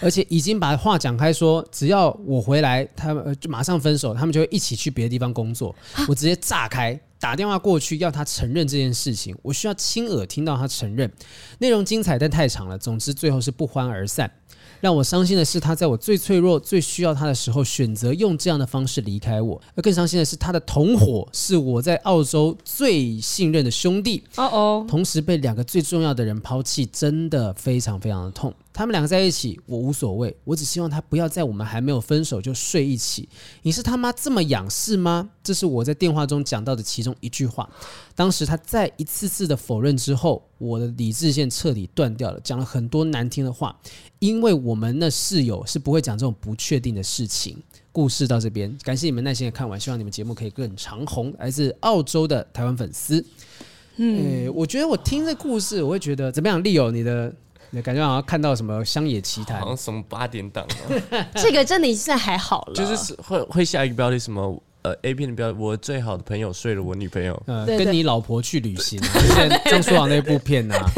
S1: 而且已经把话讲开说，只要我回来，他们呃就马上分手，他们就会一起去别的地方工作。我直接炸开。打电话过去要他承认这件事情，我需要亲耳听到他承认。内容精彩但太长了，总之最后是不欢而散。让我伤心的是，他在我最脆弱、最需要他的时候，选择用这样的方式离开我。而更伤心的是，他的同伙是我在澳洲最信任的兄弟，
S2: 哦哦，
S1: 同时被两个最重要的人抛弃，真的非常非常的痛。他们两个在一起，我无所谓，我只希望他不要在我们还没有分手就睡一起。你是他妈这么仰视吗？这是我在电话中讲到的其中一句话。当时他再一次次的否认之后，我的理智线彻底断掉了，讲了很多难听的话。因为我们那室友是不会讲这种不确定的事情。故事到这边，感谢你们耐心的看完，希望你们节目可以更长红。来自澳洲的台湾粉丝，嗯、我觉得我听这故事，我会觉得怎么样？利友，你的你的感觉好像看到什么乡野奇谈
S3: 好，像什么八点档、啊，
S2: 这个真的现在还好了，
S3: 就是会会下一个标题什么呃 A 片的标题，我最好的朋友睡了我女朋友，
S1: 呃，
S2: 对对
S1: 跟你老婆去旅 行、啊，之前张书豪那部片呐、 啊。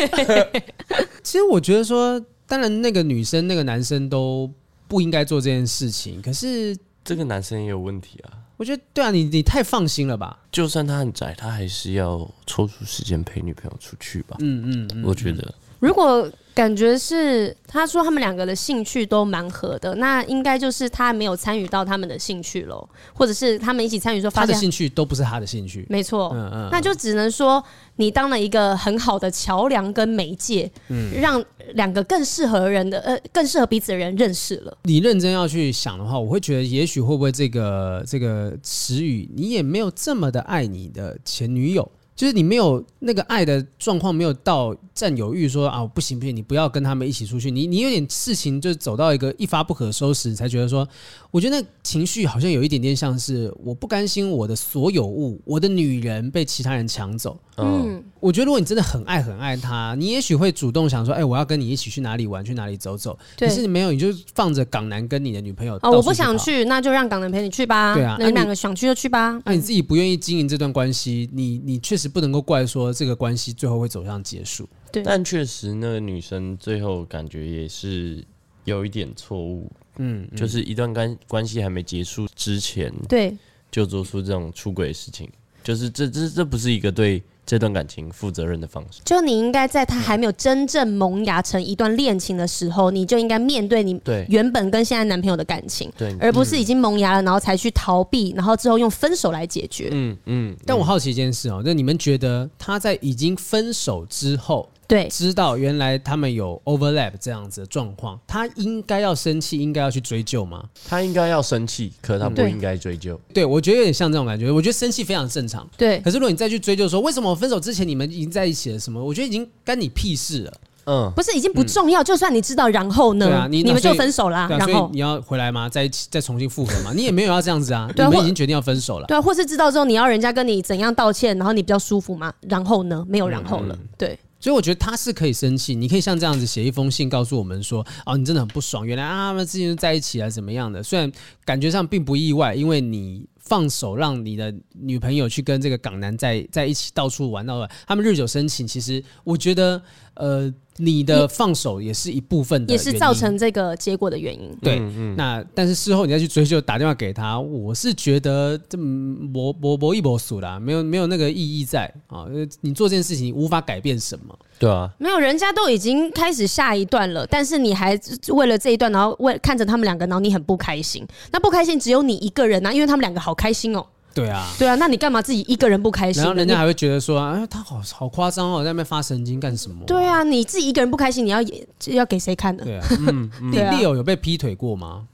S1: 其实我觉得说，当然那个女生、那个男生都不应该做这件事情，可是
S3: 这个男生也有问题啊。
S1: 我觉得对啊，你你太放心了吧？
S3: 就算他很宅，他还是要抽出时间陪女朋友出去吧。
S1: 嗯嗯嗯，
S3: 我觉得
S2: 如果感觉是他说他们两个的兴趣都蛮合的，那应该就是他没有参与到他们的兴趣喽，或者是他们一起参与之后
S1: 他
S2: 发
S1: 的
S2: 现，
S1: 兴趣都不是他的兴趣。
S2: 没错，
S1: 嗯嗯，
S2: 那就只能说你当了一个很好的桥梁跟媒介，
S1: 嗯
S2: 让两个更适合人的呃更适合彼此的人认识了。
S1: 你认真要去想的话，我会觉得，也许会不会这个这个词语，你也没有这么的爱你的前女友，就是你没有那个爱的状况，没有到占有欲说啊，不行不行，你不要跟他们一起出去，你你有点事情就走到一个一发不可收拾，你才觉得说，我觉得那情绪好像有一点点像是我不甘心我的所有物，我的女人被其他人抢走，
S2: 嗯，
S1: 我觉得如果你真的很爱很爱他，你也许会主动想说，哎、我要跟你一起去哪里玩，去哪里走走。
S2: 对
S1: 可是你没有，你就放着港男跟你的女朋友。
S2: 啊、我不想。去，那就让港人陪你去吧。
S1: 对啊那你
S2: 那你们两个想去就去吧。
S1: 那、你自己不愿意经营这段关系，你你确实不能够怪说这个关系最后会走向结束。
S2: 对
S3: 但确实那个女生最后感觉也是有一点错误，
S1: 嗯，嗯
S3: 就是一段关关系还没结束之前
S2: 对，
S3: 就做出这种出轨的事情，就是这这这不是一个对这段感情负责任的方式。
S2: 就你应该在他还
S1: 嗯
S2: 没有真正萌芽成一段恋情的时候，你就应该面对你
S3: 对
S2: 原本跟现在男朋友的感情，
S3: 对，
S1: 嗯
S2: 而不是已经萌芽了，然后才去逃避，然后之后用分手来解决。
S3: 嗯嗯，
S1: 但我好奇一件事哦，那你们觉得他在已经分手之后，
S2: 对，
S1: 知道原来他们有 overlap 这样子的状况，他应该要生气，应该要去追究吗？
S3: 他应该要生气，可他不
S2: 对
S3: 应该追究。
S1: 对，我觉得有点像这种感觉。我觉得生气非常正常。
S2: 对
S1: 可，是如果你再去追究说为什么分手之前你们已经在一起了什么，我觉得已经干你屁事了。
S3: 嗯，
S2: 不是已经不重要，就算你知道，然后呢，
S1: 对啊你
S2: 你们
S1: 那所
S2: 就
S1: 以
S2: 分手啦，
S1: 对、啊，
S2: 然
S1: 所
S2: 后
S1: 以你要回来吗？在一起再重新复合吗？你也没有要这样子啊，你
S2: 对啊
S1: 们
S2: 或
S1: 已经决定要分手了。
S2: 对啊，或是知道之后你要人家跟你怎样道歉，然后你比较舒服吗？然后呢，没有然后
S1: 嗯
S2: 了，对。
S1: 所以我觉得他是可以生气，你可以像这样子写一封信告诉我们说，哦，你真的很不爽，原来啊他们之前在一起啊怎么样的，虽然感觉上并不意外，因为你放手让你的女朋友去跟这个港男在在一起到处玩到了，他们日久生情，其实我觉得呃你的放手也是一部分的
S2: 也
S1: 原因，
S2: 是造成这个结果的原因。
S1: 对，那但是事后你再去追究，打电话给他，我是觉得这磨磨磨一磨数啦，没有没有那个意义在啊、呃你做这件事情你无法改变什么。
S3: 对啊，
S2: 没有，人家都已经开始下一段了，但是你还为了这一段，然后为看着他们两个，然后你很不开心。那不开心只有你一个人啊，因为他们两个好开心哦、
S1: 对啊，
S2: 对啊，那你干嘛自己一个人不开心
S1: 然
S2: 呢？
S1: 后人家
S2: 你
S1: 还会觉得说，啊，他好好夸张哦，在那边发神经干什么？
S2: 对啊，你自己一个人不开心，你要这要给谁看呢？
S1: 对啊，
S2: 对
S1: 你
S2: 啊，
S1: 丽友有被劈腿过吗？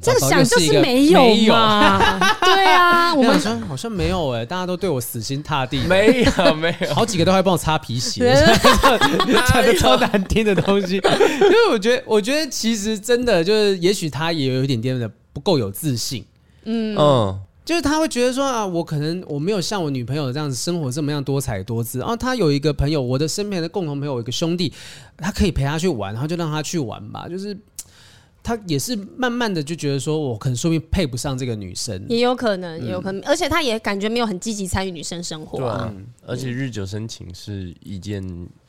S2: 这样想就
S1: 又是一个
S2: 是没有
S1: 没有
S2: 嘛。对啊，我
S1: 我好
S2: 们
S1: 像好像没有哎、大家都对我死心塌地，
S3: 没有没 有，
S1: 好几个都还帮我擦皮鞋， 讲的超难听的东西。因为我觉得，我觉得其实真的就是，也许他也有一点点的不够有自信。
S3: 嗯，
S1: 就是他会觉得说啊，我可能我没有像我女朋友这样子生活这么样多彩多姿啊。他有一个朋友，我的身边的共同朋友有一个兄弟，他可以陪他去玩，然后就让他去玩吧。就是嘖他也是慢慢的就觉得说，我可能说不定配不上这个女生。
S2: 也有可能，也有可能，而且他也感觉没有很积极参与女生生活
S3: 对
S2: 啊
S3: 啊。，而且日久生情是一件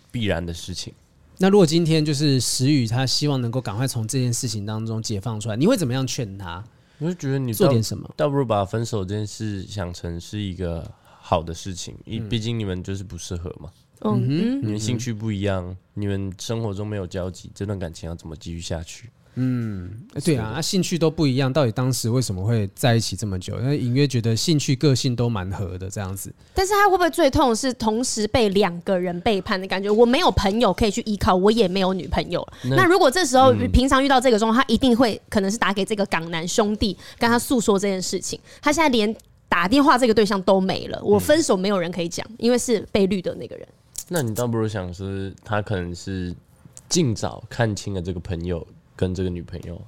S3: 必然的事情。
S1: 那如果今天就是石宇，他希望能够赶快从这件事情当中解放出来，你会怎么样劝他？
S3: 我就觉得你
S1: 做
S3: 倒
S1: 点什么？
S3: 倒不如把分手这件事想成是一个好的事情，因毕竟你们就是不适合嘛，
S2: 嗯，
S3: 你们兴趣不一样，你们生活中没有交集，这段感情要怎么继续下去？
S1: 呃对啊，啊兴趣都不一样，到底当时为什么会在一起这么久？那隐约觉得兴趣个性都蛮合的这样子。
S2: 但是他会不会最痛的是同时被两个人背叛的感觉？我没有朋友可以去依靠，我也没有女朋友。
S3: 那
S2: 那如果这时
S1: 嗯
S2: 候、平常遇到这个状况，他一定会可能是打给这个港男兄弟，跟他诉说这件事情。他现在连打电话这个对象都没
S1: 嗯
S2: 了，我分手没有人可以讲，因为是被绿的那个人。
S3: 那你倒不如想是，他可能是尽早看清了这个朋友跟这个女朋友，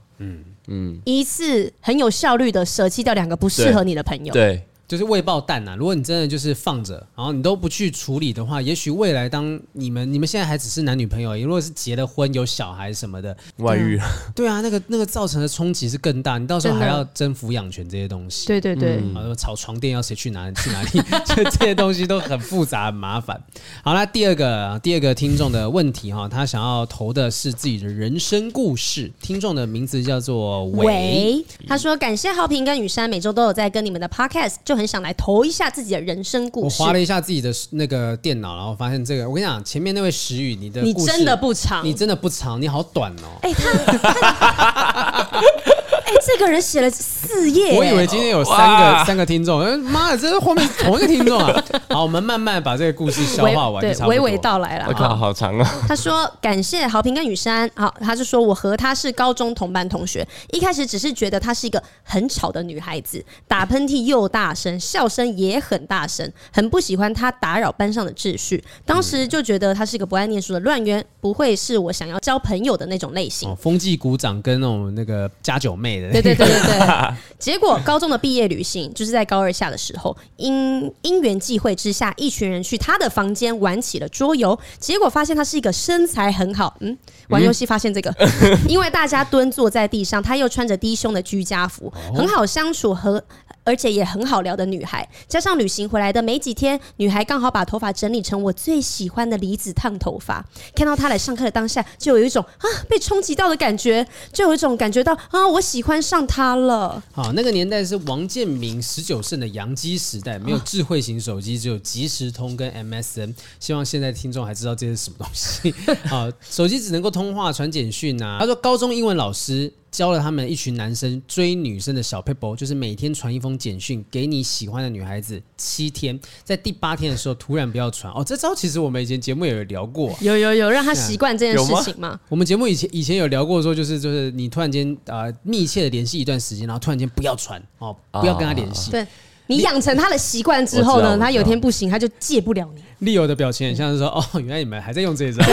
S1: 嗯
S2: 一次很有效率的舍弃掉两个不适合你的朋友。
S3: 对，
S1: 就是未爆弹啊呐、如果你真的就是放着，然后你都不去处理的话，也许未来当你们你们现在还只是男女朋友而已，如果是结了婚有小孩什么的，
S3: 外遇，
S1: 对啊，那个那个造成的冲击是更大。你到时候
S2: 真的
S1: 还要争抚养权这些东西，
S2: 对对对，
S1: 然后吵啊床垫要谁去哪里去哪里， 就这些东西都很复杂很麻烦。好啦，第二个啊第二个听众的问题哈，他想要投的是自己的人生故事，听众的名字叫做伟。
S2: 喂，他说感谢浩平跟雨珊每周都有在跟你们的 podcast，就很想来投一下自己的人生故
S1: 我
S2: 事。
S1: 划了一下自己的那个电脑，然后发现这个，我跟你讲，前面那位石宇，你的
S2: 你
S1: 故事
S2: 真的不长，
S1: 你真的不长，你好短哦。
S2: 哎、他他，哎、这个人写了四页，
S1: 我以为今天有三个三个听众，嗯妈的，这是后面同一个听众啊！好，我们慢慢把这个故事消化完，
S2: 对
S1: 就差不
S2: 娓
S1: 多
S2: 娓道来了。
S3: 我靠，好长 啊！
S2: 他说：“感谢好评跟雨珊。”好，他就说我和她是高中同班同学，一开始只是觉得她是一个很吵的女孩子，打喷嚏又大声，笑声也很大声，很不喜欢她打扰班上的秩序。当时就觉得她是一个不爱念书的乱源，不会是我想要交朋友的那种类型
S1: 哦，。风纪鼓掌跟那种那个加九妹的，
S2: 对对对对对。结果高中的毕业旅行就是在高二下的时候，因因缘际会之下，一群人去他的房间玩起了桌游。结果发现他是一个身材很好，嗯，玩游戏发现这个， 因为大家蹲坐在地上，他又穿着低胸的居家服，很好相处和。而且也很好聊的女孩，加上旅行回来的没几天，女孩刚好把头发整理成我最喜欢的离子烫头发。看到她来上课的当下，就有一种啊被冲击到的感觉，就有一种感觉到啊我喜欢上它了。
S1: 好，啊那个年代是王建民十九胜的洋基时代，没有智慧型手机，只有即时通跟 MSN。希望现在听众还知道这是什么东西。好，手机只能够通话、传简讯啊。他说，高中英文老师教了他们一群男生追女生的小 paper，就是每天传一封简讯给你喜欢的女孩子七天，在第八天的时候突然不要传。哦，这招其实我们以前节目也有聊过啊、
S2: 有有有，让他习惯这件事情嘛。
S1: 我们节目以前以前有聊过说，就是就是你突然间啊、呃密切的联系一段时间，然后突然间不要传哦，不要跟他联系。
S2: 对你养成他的习惯之后
S3: 我知道
S2: 呢，
S3: 我
S2: 他有
S3: 知道
S2: 天不行，他就戒不了你，
S1: 利友的表情很像是说：“哦，原来你们还在用这一招。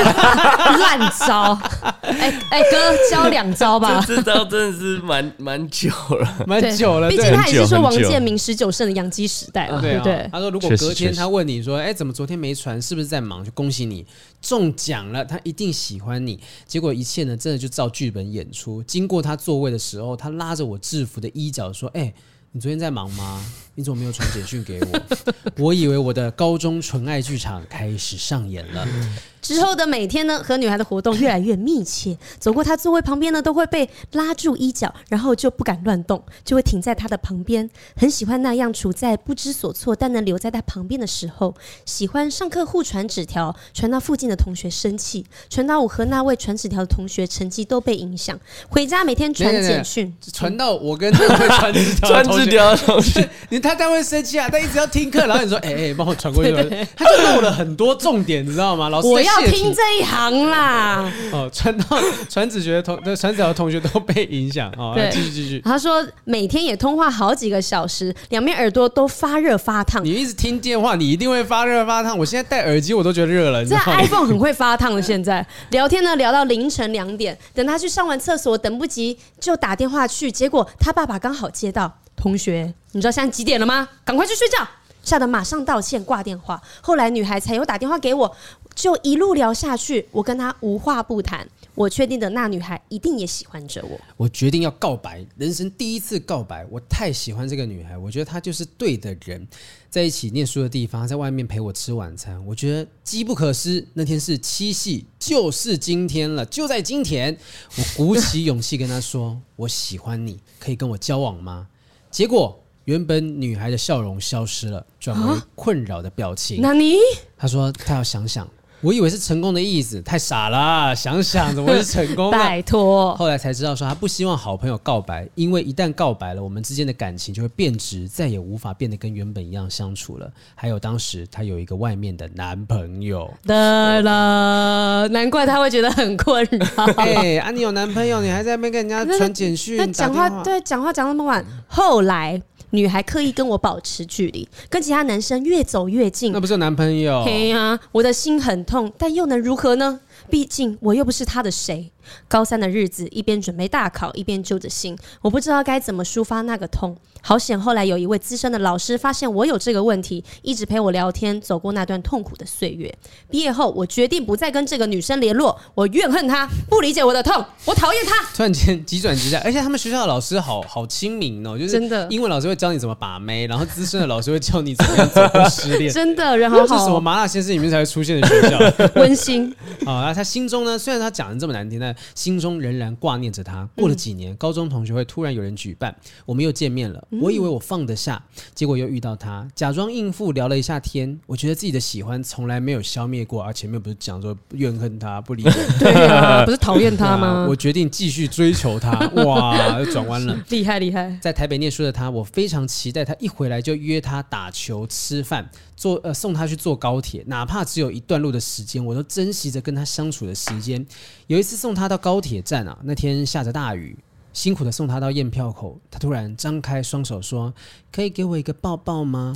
S2: 烂招。哎哎，哥教两招吧。
S3: 这招真的是蛮蛮久 了，”
S1: 蛮久了，
S2: 毕
S1: 对
S2: 竟他也是说
S3: 很久
S2: 王
S3: 很久
S2: 建民十九胜的洋基时代了，
S1: 对啊
S2: 对不对？
S1: 他说：“如果
S3: 确实
S1: 隔天
S3: 确实
S1: 他问你说，哎，怎么昨天没传？是不是在忙？就恭喜你中奖了，他一定喜欢你。”结果一切呢，真的就照剧本演出。经过他座位的时候，他拉着我制服的衣角说：“哎。”你昨天在忙吗？你怎么没有传简讯给我？ 我以为我的高中纯爱剧场开始上演了。
S3: 嗯
S2: 之后的每天呢，和女孩的活动越来越密切，走过她座位旁边呢，都会被拉住衣角，然后就不敢乱动，就会停在她的旁边。很喜欢那样处在不知所措但能留在她旁边的时候，喜欢上课互传纸条，传到附近的同学生气，传到我和那位传纸条的同学成绩都被影响。回家每天传
S1: 等一下
S2: 简讯，
S1: 传到我跟 他会传纸条的
S3: 传
S1: 同学，
S3: 纸条的同学，
S1: 你他他会生气啊，他一直要听课，然后你 说，哎、哎，帮、我传过去，他就漏了很多重点，你知道吗？老师
S2: 我
S1: 在
S2: 要
S1: 泄
S2: 听
S1: 题
S2: 这一行啦。
S1: 哦，传到传子学的同 传子的同学都被影响哦，
S2: 对
S1: 继续继续，
S2: 他说每天也通话好几个小时，两边耳朵都发热发烫
S1: 你。一直听电话，你一定会发热发烫。我现在戴耳机我都觉得热了，你知
S2: 这
S1: 道吗？
S2: iPhone 很会发烫的，现在聊天呢聊到凌晨两点，等他去上完厕所，等不及就打电话去，结果他爸爸刚好接到，同学，你知道现在几点了吗？赶快去睡觉，吓得马上道歉挂电话。后来女孩才有打电话给我，就一路聊下去，我跟他无话不谈。我确定的那女孩一定也喜欢着我，
S1: 我决定要告白，人生第一次告白，我太喜欢这个女孩，我觉得她就是对的人。在一起念书的地方，她在外面陪我吃晚餐，我觉得机不可失。那天是七夕，就是今天了，就在今天，我鼓起勇气跟她说：“我喜欢你，可以跟我交往吗？”结果，原本女孩的笑容消失了，转为困扰的表情。
S2: 那你
S1: 他说他要想想，我以为是成功的意思，太傻啦！想想怎么会是成功呢？
S2: 拜托，
S1: 后来才知道，说他不希望好朋友告白，因为一旦告白了，我们之间的感情就会变质，再也无法变得跟原本一样相处了。还有当时他有一个外面的男朋 友，
S2: 的了，难怪他会觉得很困扰。
S1: 哎、啊，你有男朋友，你还在 那边跟人家
S2: 那
S1: 传简讯、
S2: 那
S1: 打
S2: 讲
S1: 电
S2: 话
S1: 话，
S2: 对讲话讲那么晚，后来女孩刻意跟我保持距离，跟其他男生越走越近
S1: 哦那。不是有男朋友？
S2: 嘿呀、我的心很痛，但又能如何呢？毕竟我又不是他的谁。高三的日子，一边准备大考，一边揪着心，我不知道该怎么抒发那个痛。好险，后来有一位资深的老师发现我有这个问题，一直陪我聊天，走过那段痛苦的岁月。毕业后，我决定不再跟这个女生联络，我怨恨她，不理解我的痛，我讨厌她。
S1: 突然间急转直下，而且他们学校的老师好好亲民哦，就是
S2: 真的
S1: 英文老师会教你怎么把妹，然后资深的老师会教你怎么样走过失 恋。
S2: 真的，然
S1: 这
S2: 后
S1: 是什么麻辣先生里面才会出现的学校
S2: 哦温馨，
S1: 啊？那他心中呢，虽然他讲的这么难听，但心中仍然挂念着他。
S2: 嗯
S1: 过了几年，高中同学会突然有人举办，我们又见面了。
S2: 嗯
S1: 我以为我放得下，结果又遇到他，假装应付聊了一下天。我觉得自己的喜欢从来没有消灭过，而前面不是讲说怨恨他不理我
S2: 对啊，不是讨厌 他
S1: 啊
S2: 吗？
S1: 我决定继续追求他，哇，又转弯了。
S2: 厉害厉害，
S1: 在台北念书的他，我非常期待他一回来就约他打球、吃饭、坐呃送他去坐高铁，哪怕只有一段路的时间，我都珍惜着跟他相处的时间。有一次送他到高铁站啊，那天下着大雨，辛苦的送他到验票口，他突然张开双手说：“可以给我一个抱抱吗？”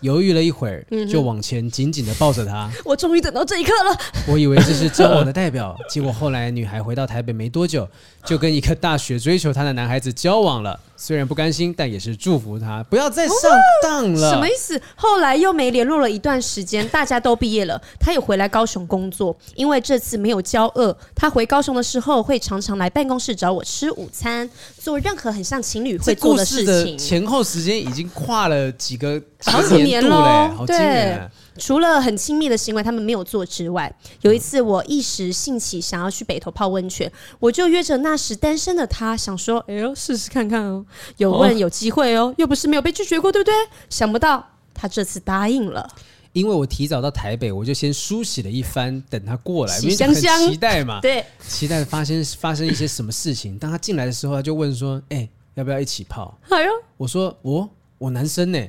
S1: 犹豫了一会儿，就往前紧紧的抱着他。
S2: 我终于等到这一刻了。
S1: 我以为这是交往的代表， 结果后来女孩回到台北没多久，就跟一个大学追求她的男孩子交往了。虽然不甘心，但也是祝福她不要再上当了。
S2: 什么意思？后来又没联络了一段时间，大家都毕业了，他也回来高雄工作。因为这次没有交恶，他回高雄的时候会常常来办公室找我吃午餐，做任何很像情侣
S1: 这
S2: 会做
S1: 故
S2: 的
S1: 事
S2: 事
S1: 的
S2: 情。
S1: 前后时间已经跨了几个
S2: 好几年
S1: 度嘞，
S2: 喽
S1: 好，几啊
S2: 对
S1: 年。。
S2: 除了很亲密的行为他们没有做之外，有一次我一时兴起想要去北头泡温泉，我就约着那时单身的他，想说，哎呦，试试看看哦，有问有机会哦，又不是没有被拒绝过，对不对？想不到他这次答应了，
S1: 因为我提早到台北，我就先梳洗了一番，等他过来，
S2: 洗
S1: 因为
S2: 香香
S1: 很期待嘛，
S2: 对，
S1: 期待发生发生一些什么事情。当他进来的时候，他就问说：“哎、要不要一起泡
S2: 哎呦，？”
S1: 我说：“我我男生呢、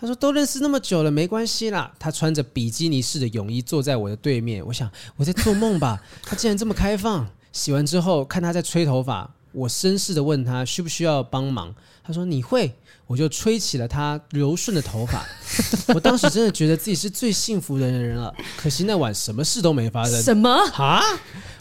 S1: 他说：“都认识那么久了，没关系啦。”他穿着比基尼式的泳衣坐在我的对面，我想我在做梦吧？ 他竟然这么开放。洗完之后，看他在吹头发，我绅士的问他需不需要帮忙。他说：“你会。”我就吹起了他柔顺的头发。我当时真的觉得自己是最幸福的人了。可惜那晚什么事都没发生。
S2: 什么？
S1: 啊！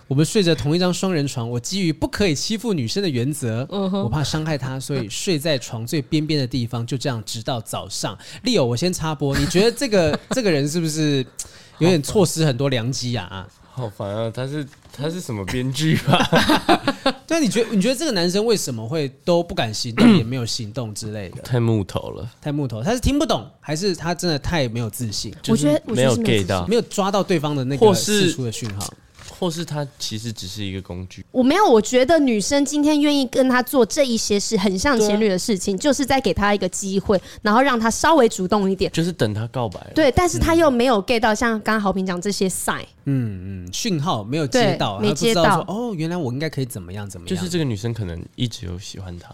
S1: 我们睡着同一张双人床，我基于不可以欺负女生的原则，
S2: 嗯
S1: 我怕伤害她，所以睡在床最边边的地方，就这样直到早上。丽友，我先插播，你觉得这 个这个人是不是 有点错失很多良机啊？啊
S3: 好烦啊！他是他是什么编剧啊？
S1: 对啊，你觉得你觉得这个男生为什么会都不敢行动，也没有行动之类的？
S3: 太木头了，
S1: 太木头，他是听不懂，还是他真的太没有自信，
S2: 我觉得
S3: 就是没有
S2: 我觉得是没有
S3: get 到
S1: 没有抓到对方的那
S3: 或
S1: 个
S3: 是
S1: 释出的讯号？
S3: 或是他其实只是一个工具。
S2: 我没有，我觉得女生今天愿意跟他做这一些事，很像前女的事情，就是在给他一个机会，然后让他稍微主动一点。
S3: 就是等他告白了。
S2: 对，但是他又没有 get 到像刚刚豪平讲这些 sign，
S1: 嗯嗯，讯号没有接
S2: 对
S1: 到，他
S2: 没
S1: 不知道
S2: 接
S1: 说
S2: 到
S1: 哦，原来我应该可以怎么样怎么
S3: 就
S1: 样，
S3: 是这个女生可能一直有喜欢他，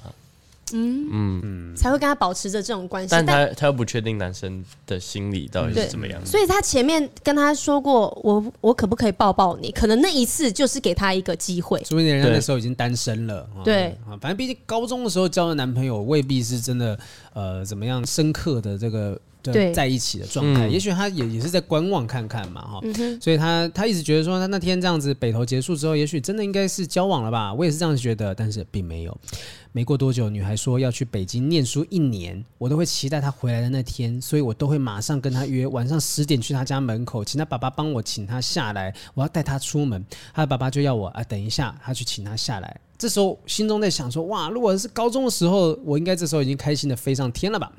S2: 才会跟他保持着这种关系。
S3: 嗯但她她又不确定男生的心理到底是怎么样。
S2: 所以他前面跟他说过，我我可不可以抱抱你？可能那一次就是给他一个机会。
S1: 说不定人家那
S3: 对
S1: 时候已经单身了。啊
S2: 对
S1: 啊，反正毕竟高中的时候交的男朋友未必是真的，呃，怎么样深刻的这个。
S2: 对
S1: 在一起的状态，
S3: 嗯
S1: 也许他也也是在观望看看嘛，哈、所以他他一直觉得说，他那天这样子北投结束之后，也许真的应该是交往了吧，我也是这样觉得，但是并没有。没过多久，女孩说要去北京念书一年，我都会期待她回来的那天，所以我都会马上跟她约晚上十点去她家门口，请她爸爸帮我请她下来，我要带她出门。她的爸爸就要我啊，等一下，他去请她下来。这时候心中在想说，哇，如果是高中的时候，我应该这时候已经开心的飞上天了吧？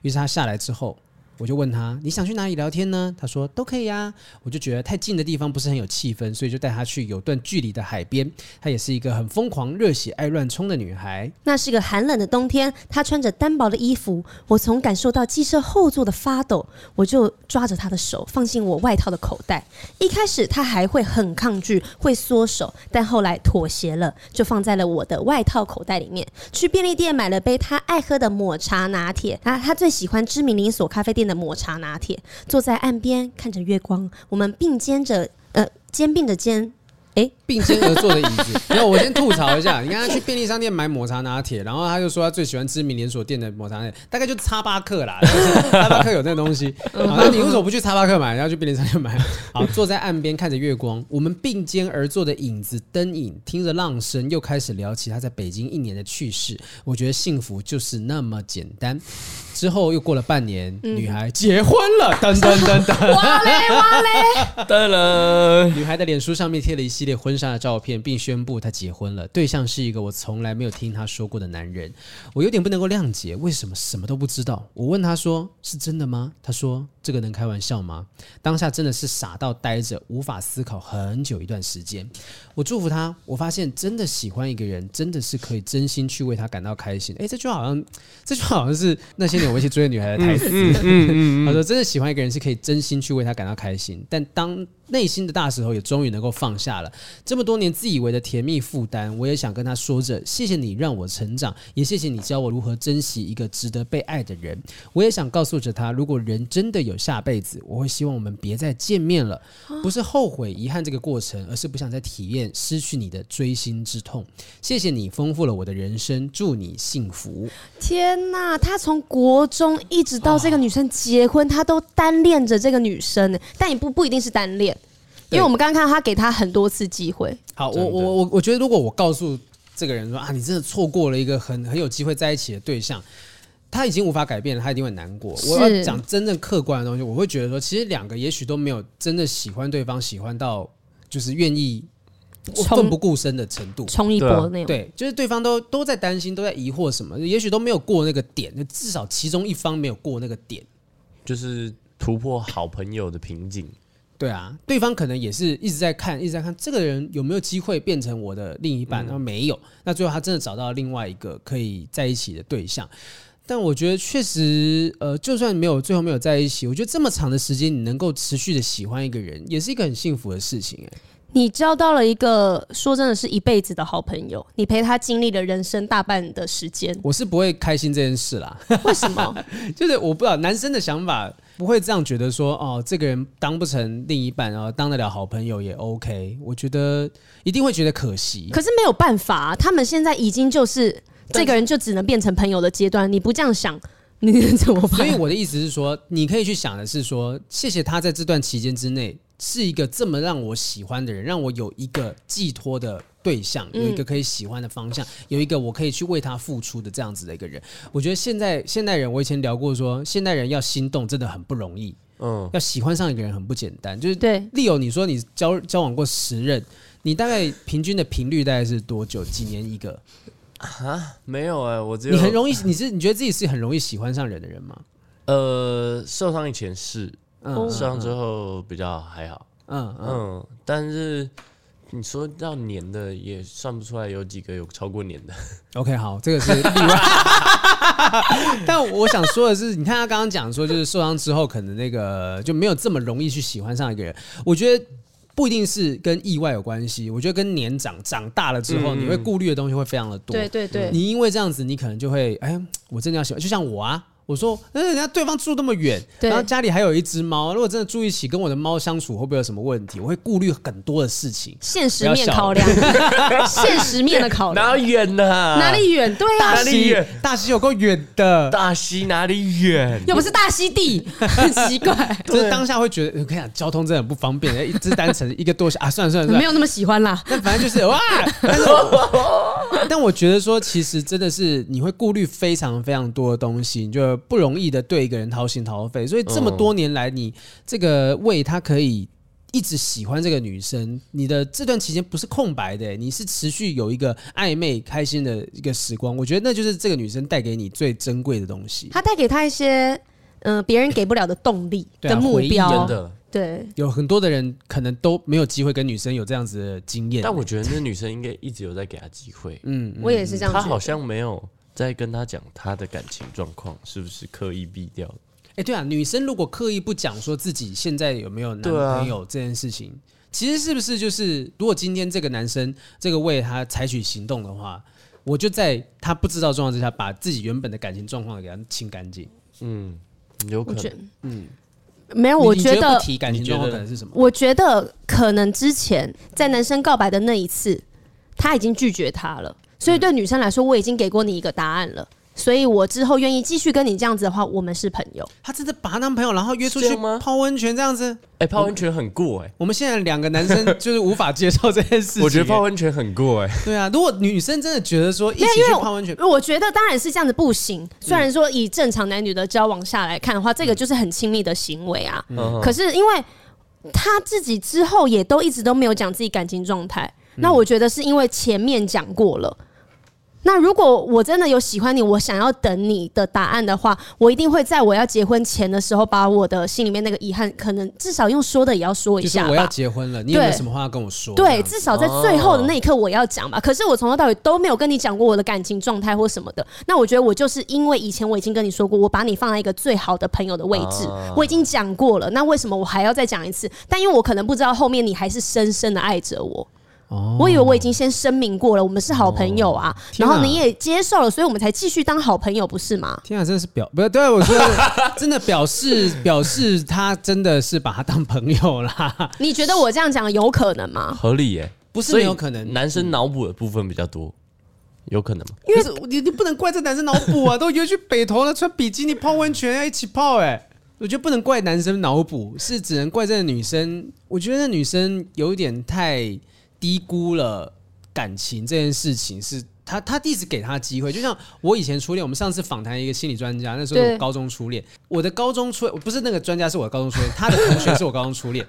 S1: 于是她下来之后。我就问她你想去哪里聊天呢？她说都可以啊。我就觉得太近的地方不是很有气氛，所以就带她去有段距离的海边。她也是一个很疯狂、热血、爱乱冲的女孩。
S2: 那是个寒冷的冬天，他穿着单薄的衣服，我从感受到机车后座的发抖，我就抓着他的手放进我外套的口袋。一开始他还会很抗拒，会缩手，但后来妥协了，就放在了我的外套口袋里面。去便利店买了杯他爱喝的抹茶拿铁，啊，他最喜欢知名连锁咖啡店的抹茶拿铁。坐在岸边看着月光，我们并肩着，呃，肩并着肩。诶，
S1: 并肩而坐的椅子。然后我先吐槽一下，你看他去便利商店买抹茶拿铁，然后他就说他最喜欢知名连锁店的抹茶拿铁，大概就叉巴克啦， 就是叉巴克有那东西。好，那你为什么不去叉巴克买，然后去便利商店买？好，坐在岸边看着月光，我们并肩而坐的影子灯影，听着浪声，又开始聊起他在北京一年的趣事。我觉得幸福就是那么简单。之后又过了半年，女孩结婚了，噔噔噔噔。
S2: 哇嘞哇嘞！
S3: 当然，
S1: 女孩的脸书上面贴了一系列婚纱的照片，并宣布她结婚了，对象是一个我从来没有听她说过的男人。我有点不能够谅解，为什么什么都不知道？我问她说：“是真的吗？”她说：“这个能开玩笑吗？”当下真的是傻到呆着，无法思考很久一段时间。我祝福她，我发现真的喜欢一个人，真的是可以真心去为他感到开心。诶，这句话好像，这句话好像是那些年我们一起追的女孩的台词。他说：“真的喜欢一个人是可以真心去为他感到开心，但当内心的大石头也终于能够放下了。这么多年自以为的甜蜜负担，我也想跟他说着：谢谢你让我成长，也谢谢你教我如何珍惜一个值得被爱的人。我也想告诉着他，如果人真的有下辈子，我会希望我们别再见面了。不是后悔遗憾这个过程，而是不想再体验失去你的锥心之痛。谢谢你丰富了我的人生，祝你幸福。
S2: 天呐，他从国中一直到这个女生结婚，他都单恋着这个女生呢。但也不不一定是单恋，因
S1: 对
S2: 为我们刚刚看到他给他很多次机会，
S1: 好，
S3: 真
S1: 我
S3: 的
S1: 我我我觉得，如果我告诉这个人说啊，你真的错过了一个很很有机会在一起的对象，他已经无法改变了，他一定会难过。
S2: 是
S1: 我要讲真正客观的东西，我会觉得说，其实两个也许都没有真的喜欢对方，喜欢到就是愿意
S2: 冲
S1: 奋不顾身的程度。
S2: 冲一波
S3: 对啊
S2: 那种。
S1: 对，就是对方都都在担心，都在疑惑什么，也许都没有过那个点，至少其中一方没有过那个点。
S3: 就是突破好朋友的瓶颈。
S1: 对啊，对方可能也是一直在看，一直在看这个人有没有机会变成我的另一半，然后没有，那最后他真的找到另外一个可以在一起的对象。但我觉得确实，呃，就算没有最后没有在一起，我觉得这么长的时间你能够持续的喜欢一个人，也是一个很幸福的事情、哎，，
S2: 你交到了一个说真的是一辈子的好朋友，你陪他经历了人生大半的时间
S1: 我是不会开心这件事啦。
S2: 为什么？
S1: 就是我不知道男生的想法不会这样觉得说哦，这个人当不成另一半，然后当得了好朋友也 OK。我觉得一定会觉得可惜。
S2: 可是没有办法、啊，他们现在已经就是这个人就只能变成朋友的阶段，你不这样想，你能怎么
S1: 所以
S2: 办？
S1: 我的意思是说，你可以去想的是说，谢谢他在这段期间之内是一个这么让我喜欢的人，让我有一个寄托的对象，有一个可以喜欢的方向，有一个我可以去为他付出的这样子的一个人。我觉得现在现代人，我以前聊过说，现代人要心动真的很不容易，
S3: 嗯，
S1: 要喜欢上一个人很不简单。就是
S2: 对，
S1: 例友，你说你交交往过十任，你大概平均的频率大概是多久？几年一个？
S3: 没有哎、我只有
S1: 你很容易，你是你觉得自己是很容易喜欢上人的人吗？
S3: 呃受伤以前是，
S1: 嗯
S3: 受伤之后比较还好。
S1: 嗯嗯，
S3: 嗯，但是你说到年的也算不出来有几个有超过年的。
S1: OK，好，这个是例外。 但我想说的是，你看他刚刚讲说，就是受伤之后，可能那个就没有这么容易去喜欢上一个人。我觉得不一定是跟意外有关系，我觉得跟年长长大了之后，
S3: 嗯
S1: 你会顾虑的东西会非常的多。
S2: 对对对，
S1: 你因为这样子，你可能就会，哎，我真的要喜欢，就像我啊。我说，嗯，人家对方住那么远，
S2: 对
S1: 然后家里还有一只猫，如果真的住一起，跟我的猫相处会不会有什么问题？我会顾虑很多的事情。
S2: 现实面考量， 现实面的考量，
S3: 哪远啊呢、
S2: 哪里远？对啊，
S3: 哪里远？
S1: 大溪有够远的，
S3: 大溪哪里远？
S2: 又不是大溪地，很奇 怪，
S1: 就是当下会觉得，我跟你讲，交通真的很不方便，哎一只单程一个多小啊，算了算了算了，
S2: 没有那么喜欢啦。
S1: 但反正就是哇。但是我， 但我觉得说，其实真的是你会顾虑非常非常多的东西，你就不容易的对一个人掏心掏肺。所以这么多年来，你这个为他可以。一直喜欢这个女生，你的这段期间不是空白的，你是持续有一个暧昧、开心的一个时光。我觉得那就是这个女生带给你最珍贵的东西，
S2: 他带给他一些，嗯、别人给不了的动力
S1: 对啊
S2: 跟目
S1: 回忆
S2: 标
S3: 真，的。
S2: 对，
S1: 有很多的人可能都没有机会跟女生有这样子的经验。
S3: 但我觉得那女生应该一直有在给他机会，
S1: 嗯，
S2: 我也是这样觉
S3: 她
S2: 得。
S3: 好像没有在跟他讲她的感情状况是不是刻意避掉的。
S1: 哎、对啊，女生如果刻意不讲说自己现在有没有男
S3: 对啊
S1: 朋友这件事情，其实是不是就是，如果今天这个男生这个为他采取行动的话，我就在他不知道状况之下，把自己原本的感情状况给他清干净。
S3: 嗯，有可
S2: 我觉
S3: 能。
S2: 没有，
S1: 你
S2: 我
S1: 你
S2: 觉
S1: 觉
S2: 得
S1: 不提感情
S3: 你觉
S1: 状况
S3: 得
S1: 可能是什么？
S2: 我觉得可能之前在男生告白的那一次，他已经拒绝他了，
S1: 嗯
S2: 所以对女生来说，我已经给过你一个答案了。所以我之后愿意继续跟你这样子的话，我们是朋友。
S1: 他真的把他当朋友，然后约出
S3: 是
S1: 去
S3: 这样吗
S1: 泡温泉这样子。
S3: 哎、泡温泉很过哎、
S1: 我们现在两个男生就是无法接受这件事情。
S3: 我觉得泡温泉很过哎、
S1: 对啊，如果女生真的觉得说一起
S2: 因为因
S1: 去
S2: 为
S1: 泡温泉，
S2: 我觉得当然是这样子不
S1: 嗯
S2: 行。虽然说以正常男女的交往下来看的话，这个就是很亲密的行为啊。
S3: 嗯
S2: 可是因为他自己之后也都一直都没有讲自己感情状态，
S1: 嗯
S2: 那我觉得是因为前面讲过了。那如果我真的有喜欢你，我想要等你的答案的话，我一定会在我要结婚前的时候，把我的心里面那个遗憾，可能至少用说的也要说一
S1: 就是
S2: 下吧。
S1: 我要结婚了，你有没有
S2: 对
S1: 什么话要跟我说？这
S2: 对，
S1: 样子哦
S2: 至少在最后的那一刻我要讲吧。可是我从头到尾都没有跟你讲过我的感情状态或什么的。那我觉得我就是因为以前我已经跟你说过，我把你放在一个最好的朋友的位置，
S3: 啊
S2: 我已经讲过了。那为什么我还要再讲一次？但因为我可能不知道后面你还是深深的爱着我。
S1: 哦
S2: 我以为我已经先声明过了，我们是好朋友啊，
S1: 天
S2: 然
S1: 啊
S2: 后你也接受了，所以我们才继续当好朋友，不是吗？
S1: 天啊，真的是表不是 对我说的，真的表示表示他真的是把他当朋友啦，
S2: 你觉得我这样讲有可能吗？
S3: 合理耶、
S1: 不是
S3: 所以
S1: 没有可能
S3: 男生脑补的部分比较多，有可能吗？
S1: 因为你你不能怪这男生脑补啊，都约去北投了，穿比基尼泡温泉要一起泡哎、我觉得不能怪男生脑补，是只能怪这个女生。我觉得那女生有点太低估了感情这件事情，是她她一直给她机会。就像我以前初恋，我们上次访谈一个心理专家，那时候是
S2: 对
S1: 我高中初恋，我的高中初恋不是那个专家，是我的高中初恋，他的同学是我高中初恋。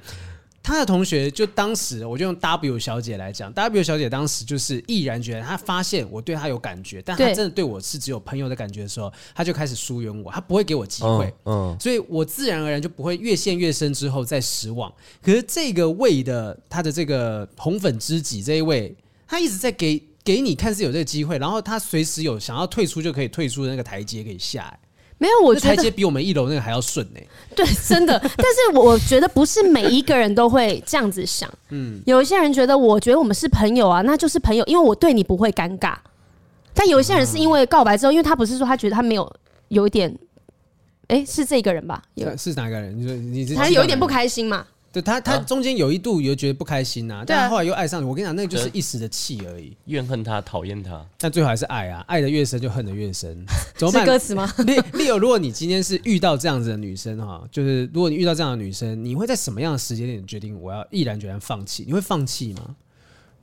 S1: 他的同学就当时，我就用 W 小姐来讲，W 小姐当时就是毅然决然，她发现我对她有感觉，但她
S2: 对
S1: 真的对我是只有朋友的感觉的时候，她就开始疏远我，她不会给我机会。
S3: 嗯，
S1: 所以我自然而然就不会越陷越深，之后再失望。可是这个魏的他的这个红粉知己这一位，他一直在给给你看似有这个机会，然后他随时有想要退出就可以退出的那个台阶可以下、欸，
S2: 没有，我
S1: 那
S2: 觉
S1: 台
S2: 得
S1: 阶比我们一楼那个还要顺呢、欸
S2: 对，真的。但是我觉得不是每一个人都会这样子想。嗯，有一些人觉得，我觉得我们是朋友啊，那就是朋友，因为我对你不会尴尬。但有一些人是因为告白之后，因为他不是说他觉得他没有有一点，哎、是这个人吧？有，
S1: 是是哪个人？你说你是
S2: 他有一点不，开心嘛？
S1: 对他他
S3: 啊
S1: 中间有一度有觉得不开心呐、
S2: 对啊
S1: 但后来又爱上你。我跟你讲，那个就是一时的气而已，
S3: 怨恨他，讨厌他，
S1: 但最后还是爱啊，爱的越深就恨的越 深，怎么
S2: 是
S1: 办？
S2: 歌词吗？
S1: 例例如，如果你今天是遇到这样子的女生哈，就是如果你遇到这样的女生，你会在什么样的时间点决定我要毅然决然放弃？你会放弃吗？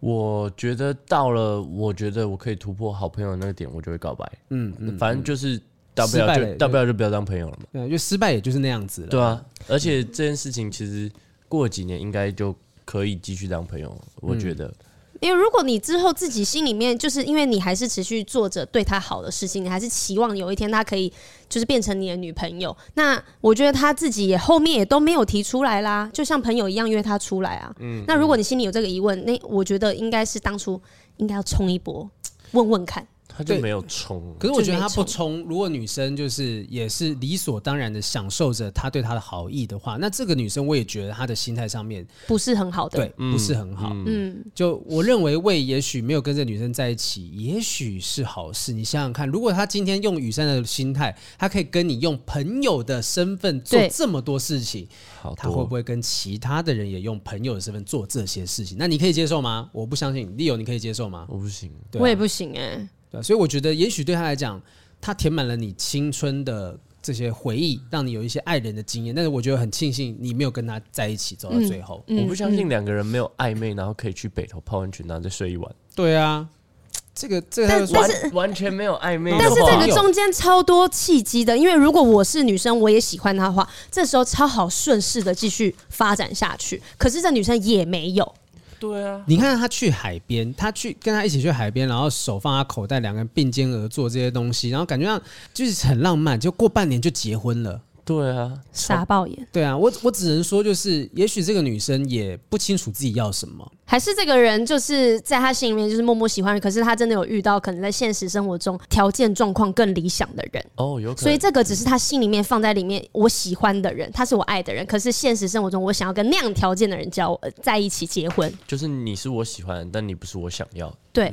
S3: 我觉得到了，我觉得我可以突破好朋友那个点，我就会告白。
S1: 嗯嗯，
S3: 反正就是大不
S1: 失败
S3: 了
S1: 了
S3: 就大不了就不要当朋友了嘛。
S1: 对，因为失败也就是那样子了。
S3: 对啊，
S1: 嗯
S3: 而且这件事情其实过几年应该就可以继续当朋友，我觉
S1: 嗯
S3: 得。
S2: 因为如果你之后自己心里面就是因为你还是持续做着对他好的事情，你还是期望有一天他可以就是变成你的女朋友，那我觉得他自己也后面也都没有提出来
S1: 嗯
S2: 啦，就像朋友一样约他出来啊。那如果你心里有这个疑问，那我觉得应该是当初应该要冲一波，问问看。
S3: 他就
S1: 对
S3: 没有冲，
S1: 可是我觉得她不冲，如果女生就是也是理所当然的享受着他对她的好意的话，那这个女生我也觉得她的心态上面
S2: 不是很好的，
S1: 对不是很好。
S2: 嗯，
S1: 就我认为魏也许没有跟这女生在一起，也许是好事。你想想看，如果他今天用雨山的心态，他可以跟你用朋友的身份做
S2: 对
S1: 这么多事情，
S3: 好
S1: 他会
S3: 多
S1: 不会跟其他的人也用朋友的身份做这些事情？那你可以接受吗？我不相信，丽友你可以接受吗？
S3: 我不行，
S1: 对啊
S2: 我也不行哎、
S1: 对啊所以我觉得，也许对他来讲，他填满了你青春的这些回忆，让你有一些爱人的经验。但是我觉得很庆幸你没有跟他在一起
S2: 嗯
S1: 走到最后。
S3: 我不
S1: 嗯
S3: 相信两个人没有暧昧，然后可以去北头泡温泉，然后再睡一晚，
S1: 对啊，这个这个他就说
S3: 完完全没有暧昧的话。
S2: 但是
S1: 哇
S2: 这个中间超多契机的，因为如果我是女生，我也喜欢他的话，这时候超好顺势的继续发展下去。可是这女生也没有，
S3: 对啊，
S1: 你看他去海边，他去跟他一起去海边，然后手放他口袋，两个人并肩而坐这些东西，然后感觉上就是很浪漫，就过半年就结婚了。
S3: 对啊，
S2: 傻爆眼，
S1: 对啊，我我只能说，就是也许这个女生也不清楚自己要什么。
S2: 还是这个人就是在他心里面就是默默喜欢人，可是他真的有遇到可能在现实生活中条件状况更理想的人。
S3: 哦，有可能。
S2: 所以这个只是他心里面放在里面，我喜欢的人，他是我爱的人。可是现实生活中，我想要跟那样条件的人交呃在一起结婚，
S3: 就是你是我喜欢的，但你不是我想要的。
S2: 对，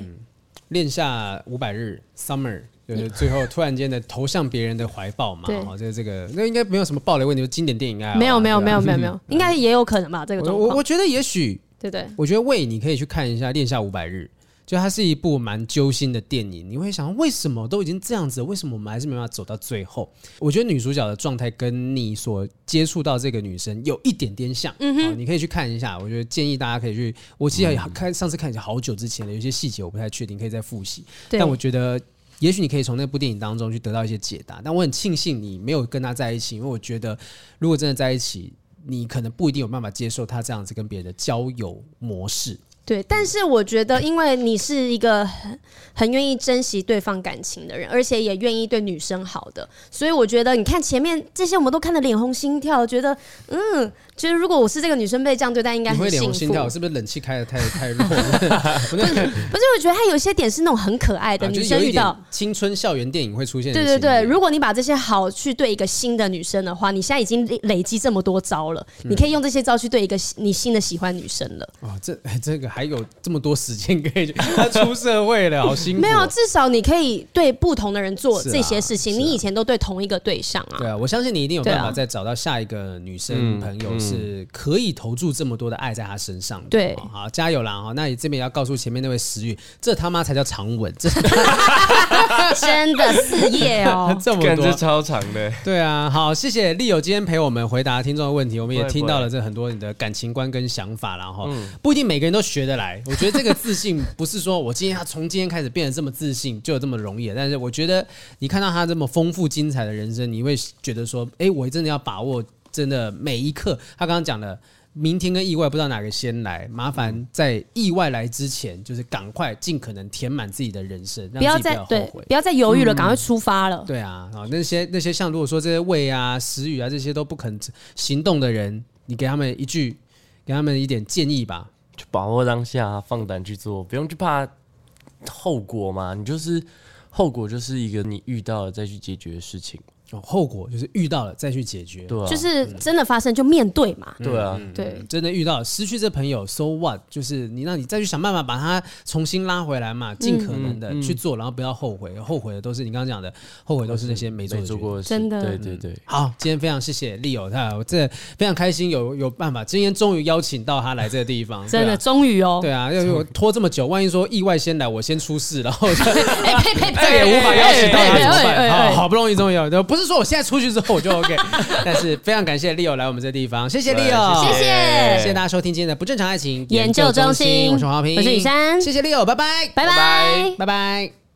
S1: 恋下五百日，Summer 就是最后突然间的投向别人的怀抱嘛。
S2: 对
S1: 哦，就是这个，那应该没有什么暴雷问题，就是经典电影啊。
S2: 没有没有没有没
S1: 有。
S2: 有没有，嗯应该也有可能吧？这个
S1: 我
S2: 状
S1: 我
S2: 况
S1: 我，觉得也许
S2: 对不对？
S1: 我觉得魏，你可以去看一下《恋下五百日》，就它是一部蛮揪心的电影。你会想，为什么都已经这样子了，为什么我们还是没办法走到最后？我觉得女主角的状态跟你所接触到这个女生有一点点像，嗯你可以去看一下。我觉得建议大家可以去，我其实也看上次看已经好久之前了，有些细节我不太确定，可以再复习。
S2: 对
S1: 但我觉得。也许你可以从那部电影当中去得到一些解答，但我很庆幸你没有跟他在一起，因为我觉得如果真的在一起，你可能不一定有办法接受他这样子跟别人的交友模式。
S2: 对，但是我觉得，因为你是一个很很愿意珍惜对方感情的人，而且也愿意对女生好的，所以我觉得，你看前面这些，我们都看得脸红心跳，觉得嗯，觉得如果我是这个女生被这样对待，应该
S1: 你
S2: 很
S1: 会脸
S2: 幸
S1: 红
S2: 福。
S1: 心跳，是不是冷气开的太太弱？
S2: 不是，我觉得她有一些点是那种很可爱的、
S1: 啊就
S2: 女
S1: 是有
S2: 生
S1: 一
S2: 遇到
S1: 点。青春校园电影会出现的
S2: 对
S1: 情
S2: 对
S1: 侣。
S2: 对，如果你把这些好去对一个新的女生的话，你现在已经累累积这么多招了，
S1: 嗯
S2: 你可以用这些招去对一个你新的喜欢女生了。
S1: 哦，这 这个还有这么多时间可以去，他出社会了，好辛苦。啊
S2: 没有，至少你可以对不同的人做
S1: 嗯是啊
S2: 这些事情，
S1: 是啊
S2: 你以前都对同一个对象啊。
S1: 对啊，我相信你一定有
S2: 对啊
S1: 办法再找到下一个女生朋友，是可以投注这么多的爱在她身上的。
S2: 对
S1: 哦好加油啦！哈，那你这边也要告诉前面那位石玉，这他妈才叫长吻，这
S2: 真的四页哦。
S1: 这么
S3: 感觉
S1: 多。
S3: 超长的，
S1: 对啊，好，谢谢丽友今天陪我们回答听众的问题，我们也
S3: 不会
S1: 听到了这很多你的感情观跟想法啦，然后不一定每个人都学得来。我觉得这个自信不是说我今天他从今天开始变得这么自信就有这么容易，但是我觉得你看到他这么丰富精彩的人生，你会觉得说，哎，我真的要把握真的每一刻。他刚刚讲的。明天跟意外不知道哪个先来，麻烦在意外来之前，就是赶快尽可能填满自己的人生，让
S2: 不要
S1: 自己
S2: 再
S1: 不 要
S2: 对
S1: 后悔，。
S2: 不要再犹豫了，赶快出发 了。
S1: 对啊，啊，那些那些像如果说这些胃啊、食欲啊这些都不肯行动的人，你给他们一句，给他们一点建议吧。
S3: 就把握当下，放胆去做，不用去怕后果嘛。你就是后果就是一个你遇到了再去解决的事情，
S1: 哦，后果就是遇到了再去解决。
S3: 对啊，
S2: 就是真的发生就面对嘛。
S1: 嗯
S3: 对啊，
S2: 对，
S1: 真的遇到失去这朋友，so what？就是你让你再去想办法把他重新拉回来
S3: 嗯
S1: 嘛，尽可能的去做，然后不要后悔。后悔的都是你刚刚讲的，后悔都是那些没做
S3: 没
S1: 的决
S3: 做
S1: 定。
S3: 过的事，
S2: 真的
S3: 对对对，
S1: 好，今天非常谢谢利友，他我真的非常开心，有有办法，今天终于邀请到他来这个地方，
S2: 真的
S1: 对啊。
S2: 终于哦。
S1: 对啊，要是我拖这么久，万一说意外先来，我先出事，然 后就
S2: 哎，呸呸哎
S1: 再也无法邀请到他，怎么办？好
S2: 好，
S1: 好不容易终于有，就不是说我现在出去之后我就 OK，但是非常感谢 Leo 来我们这地方，谢谢 Leo，哎
S2: 谢谢
S1: 谢谢大家收听今天的不正常爱情
S2: 研究中心
S1: 我是黄浩平，
S2: 我是雨珊
S1: 谢谢 Leo，拜拜，
S2: 拜拜。
S1: 拜拜。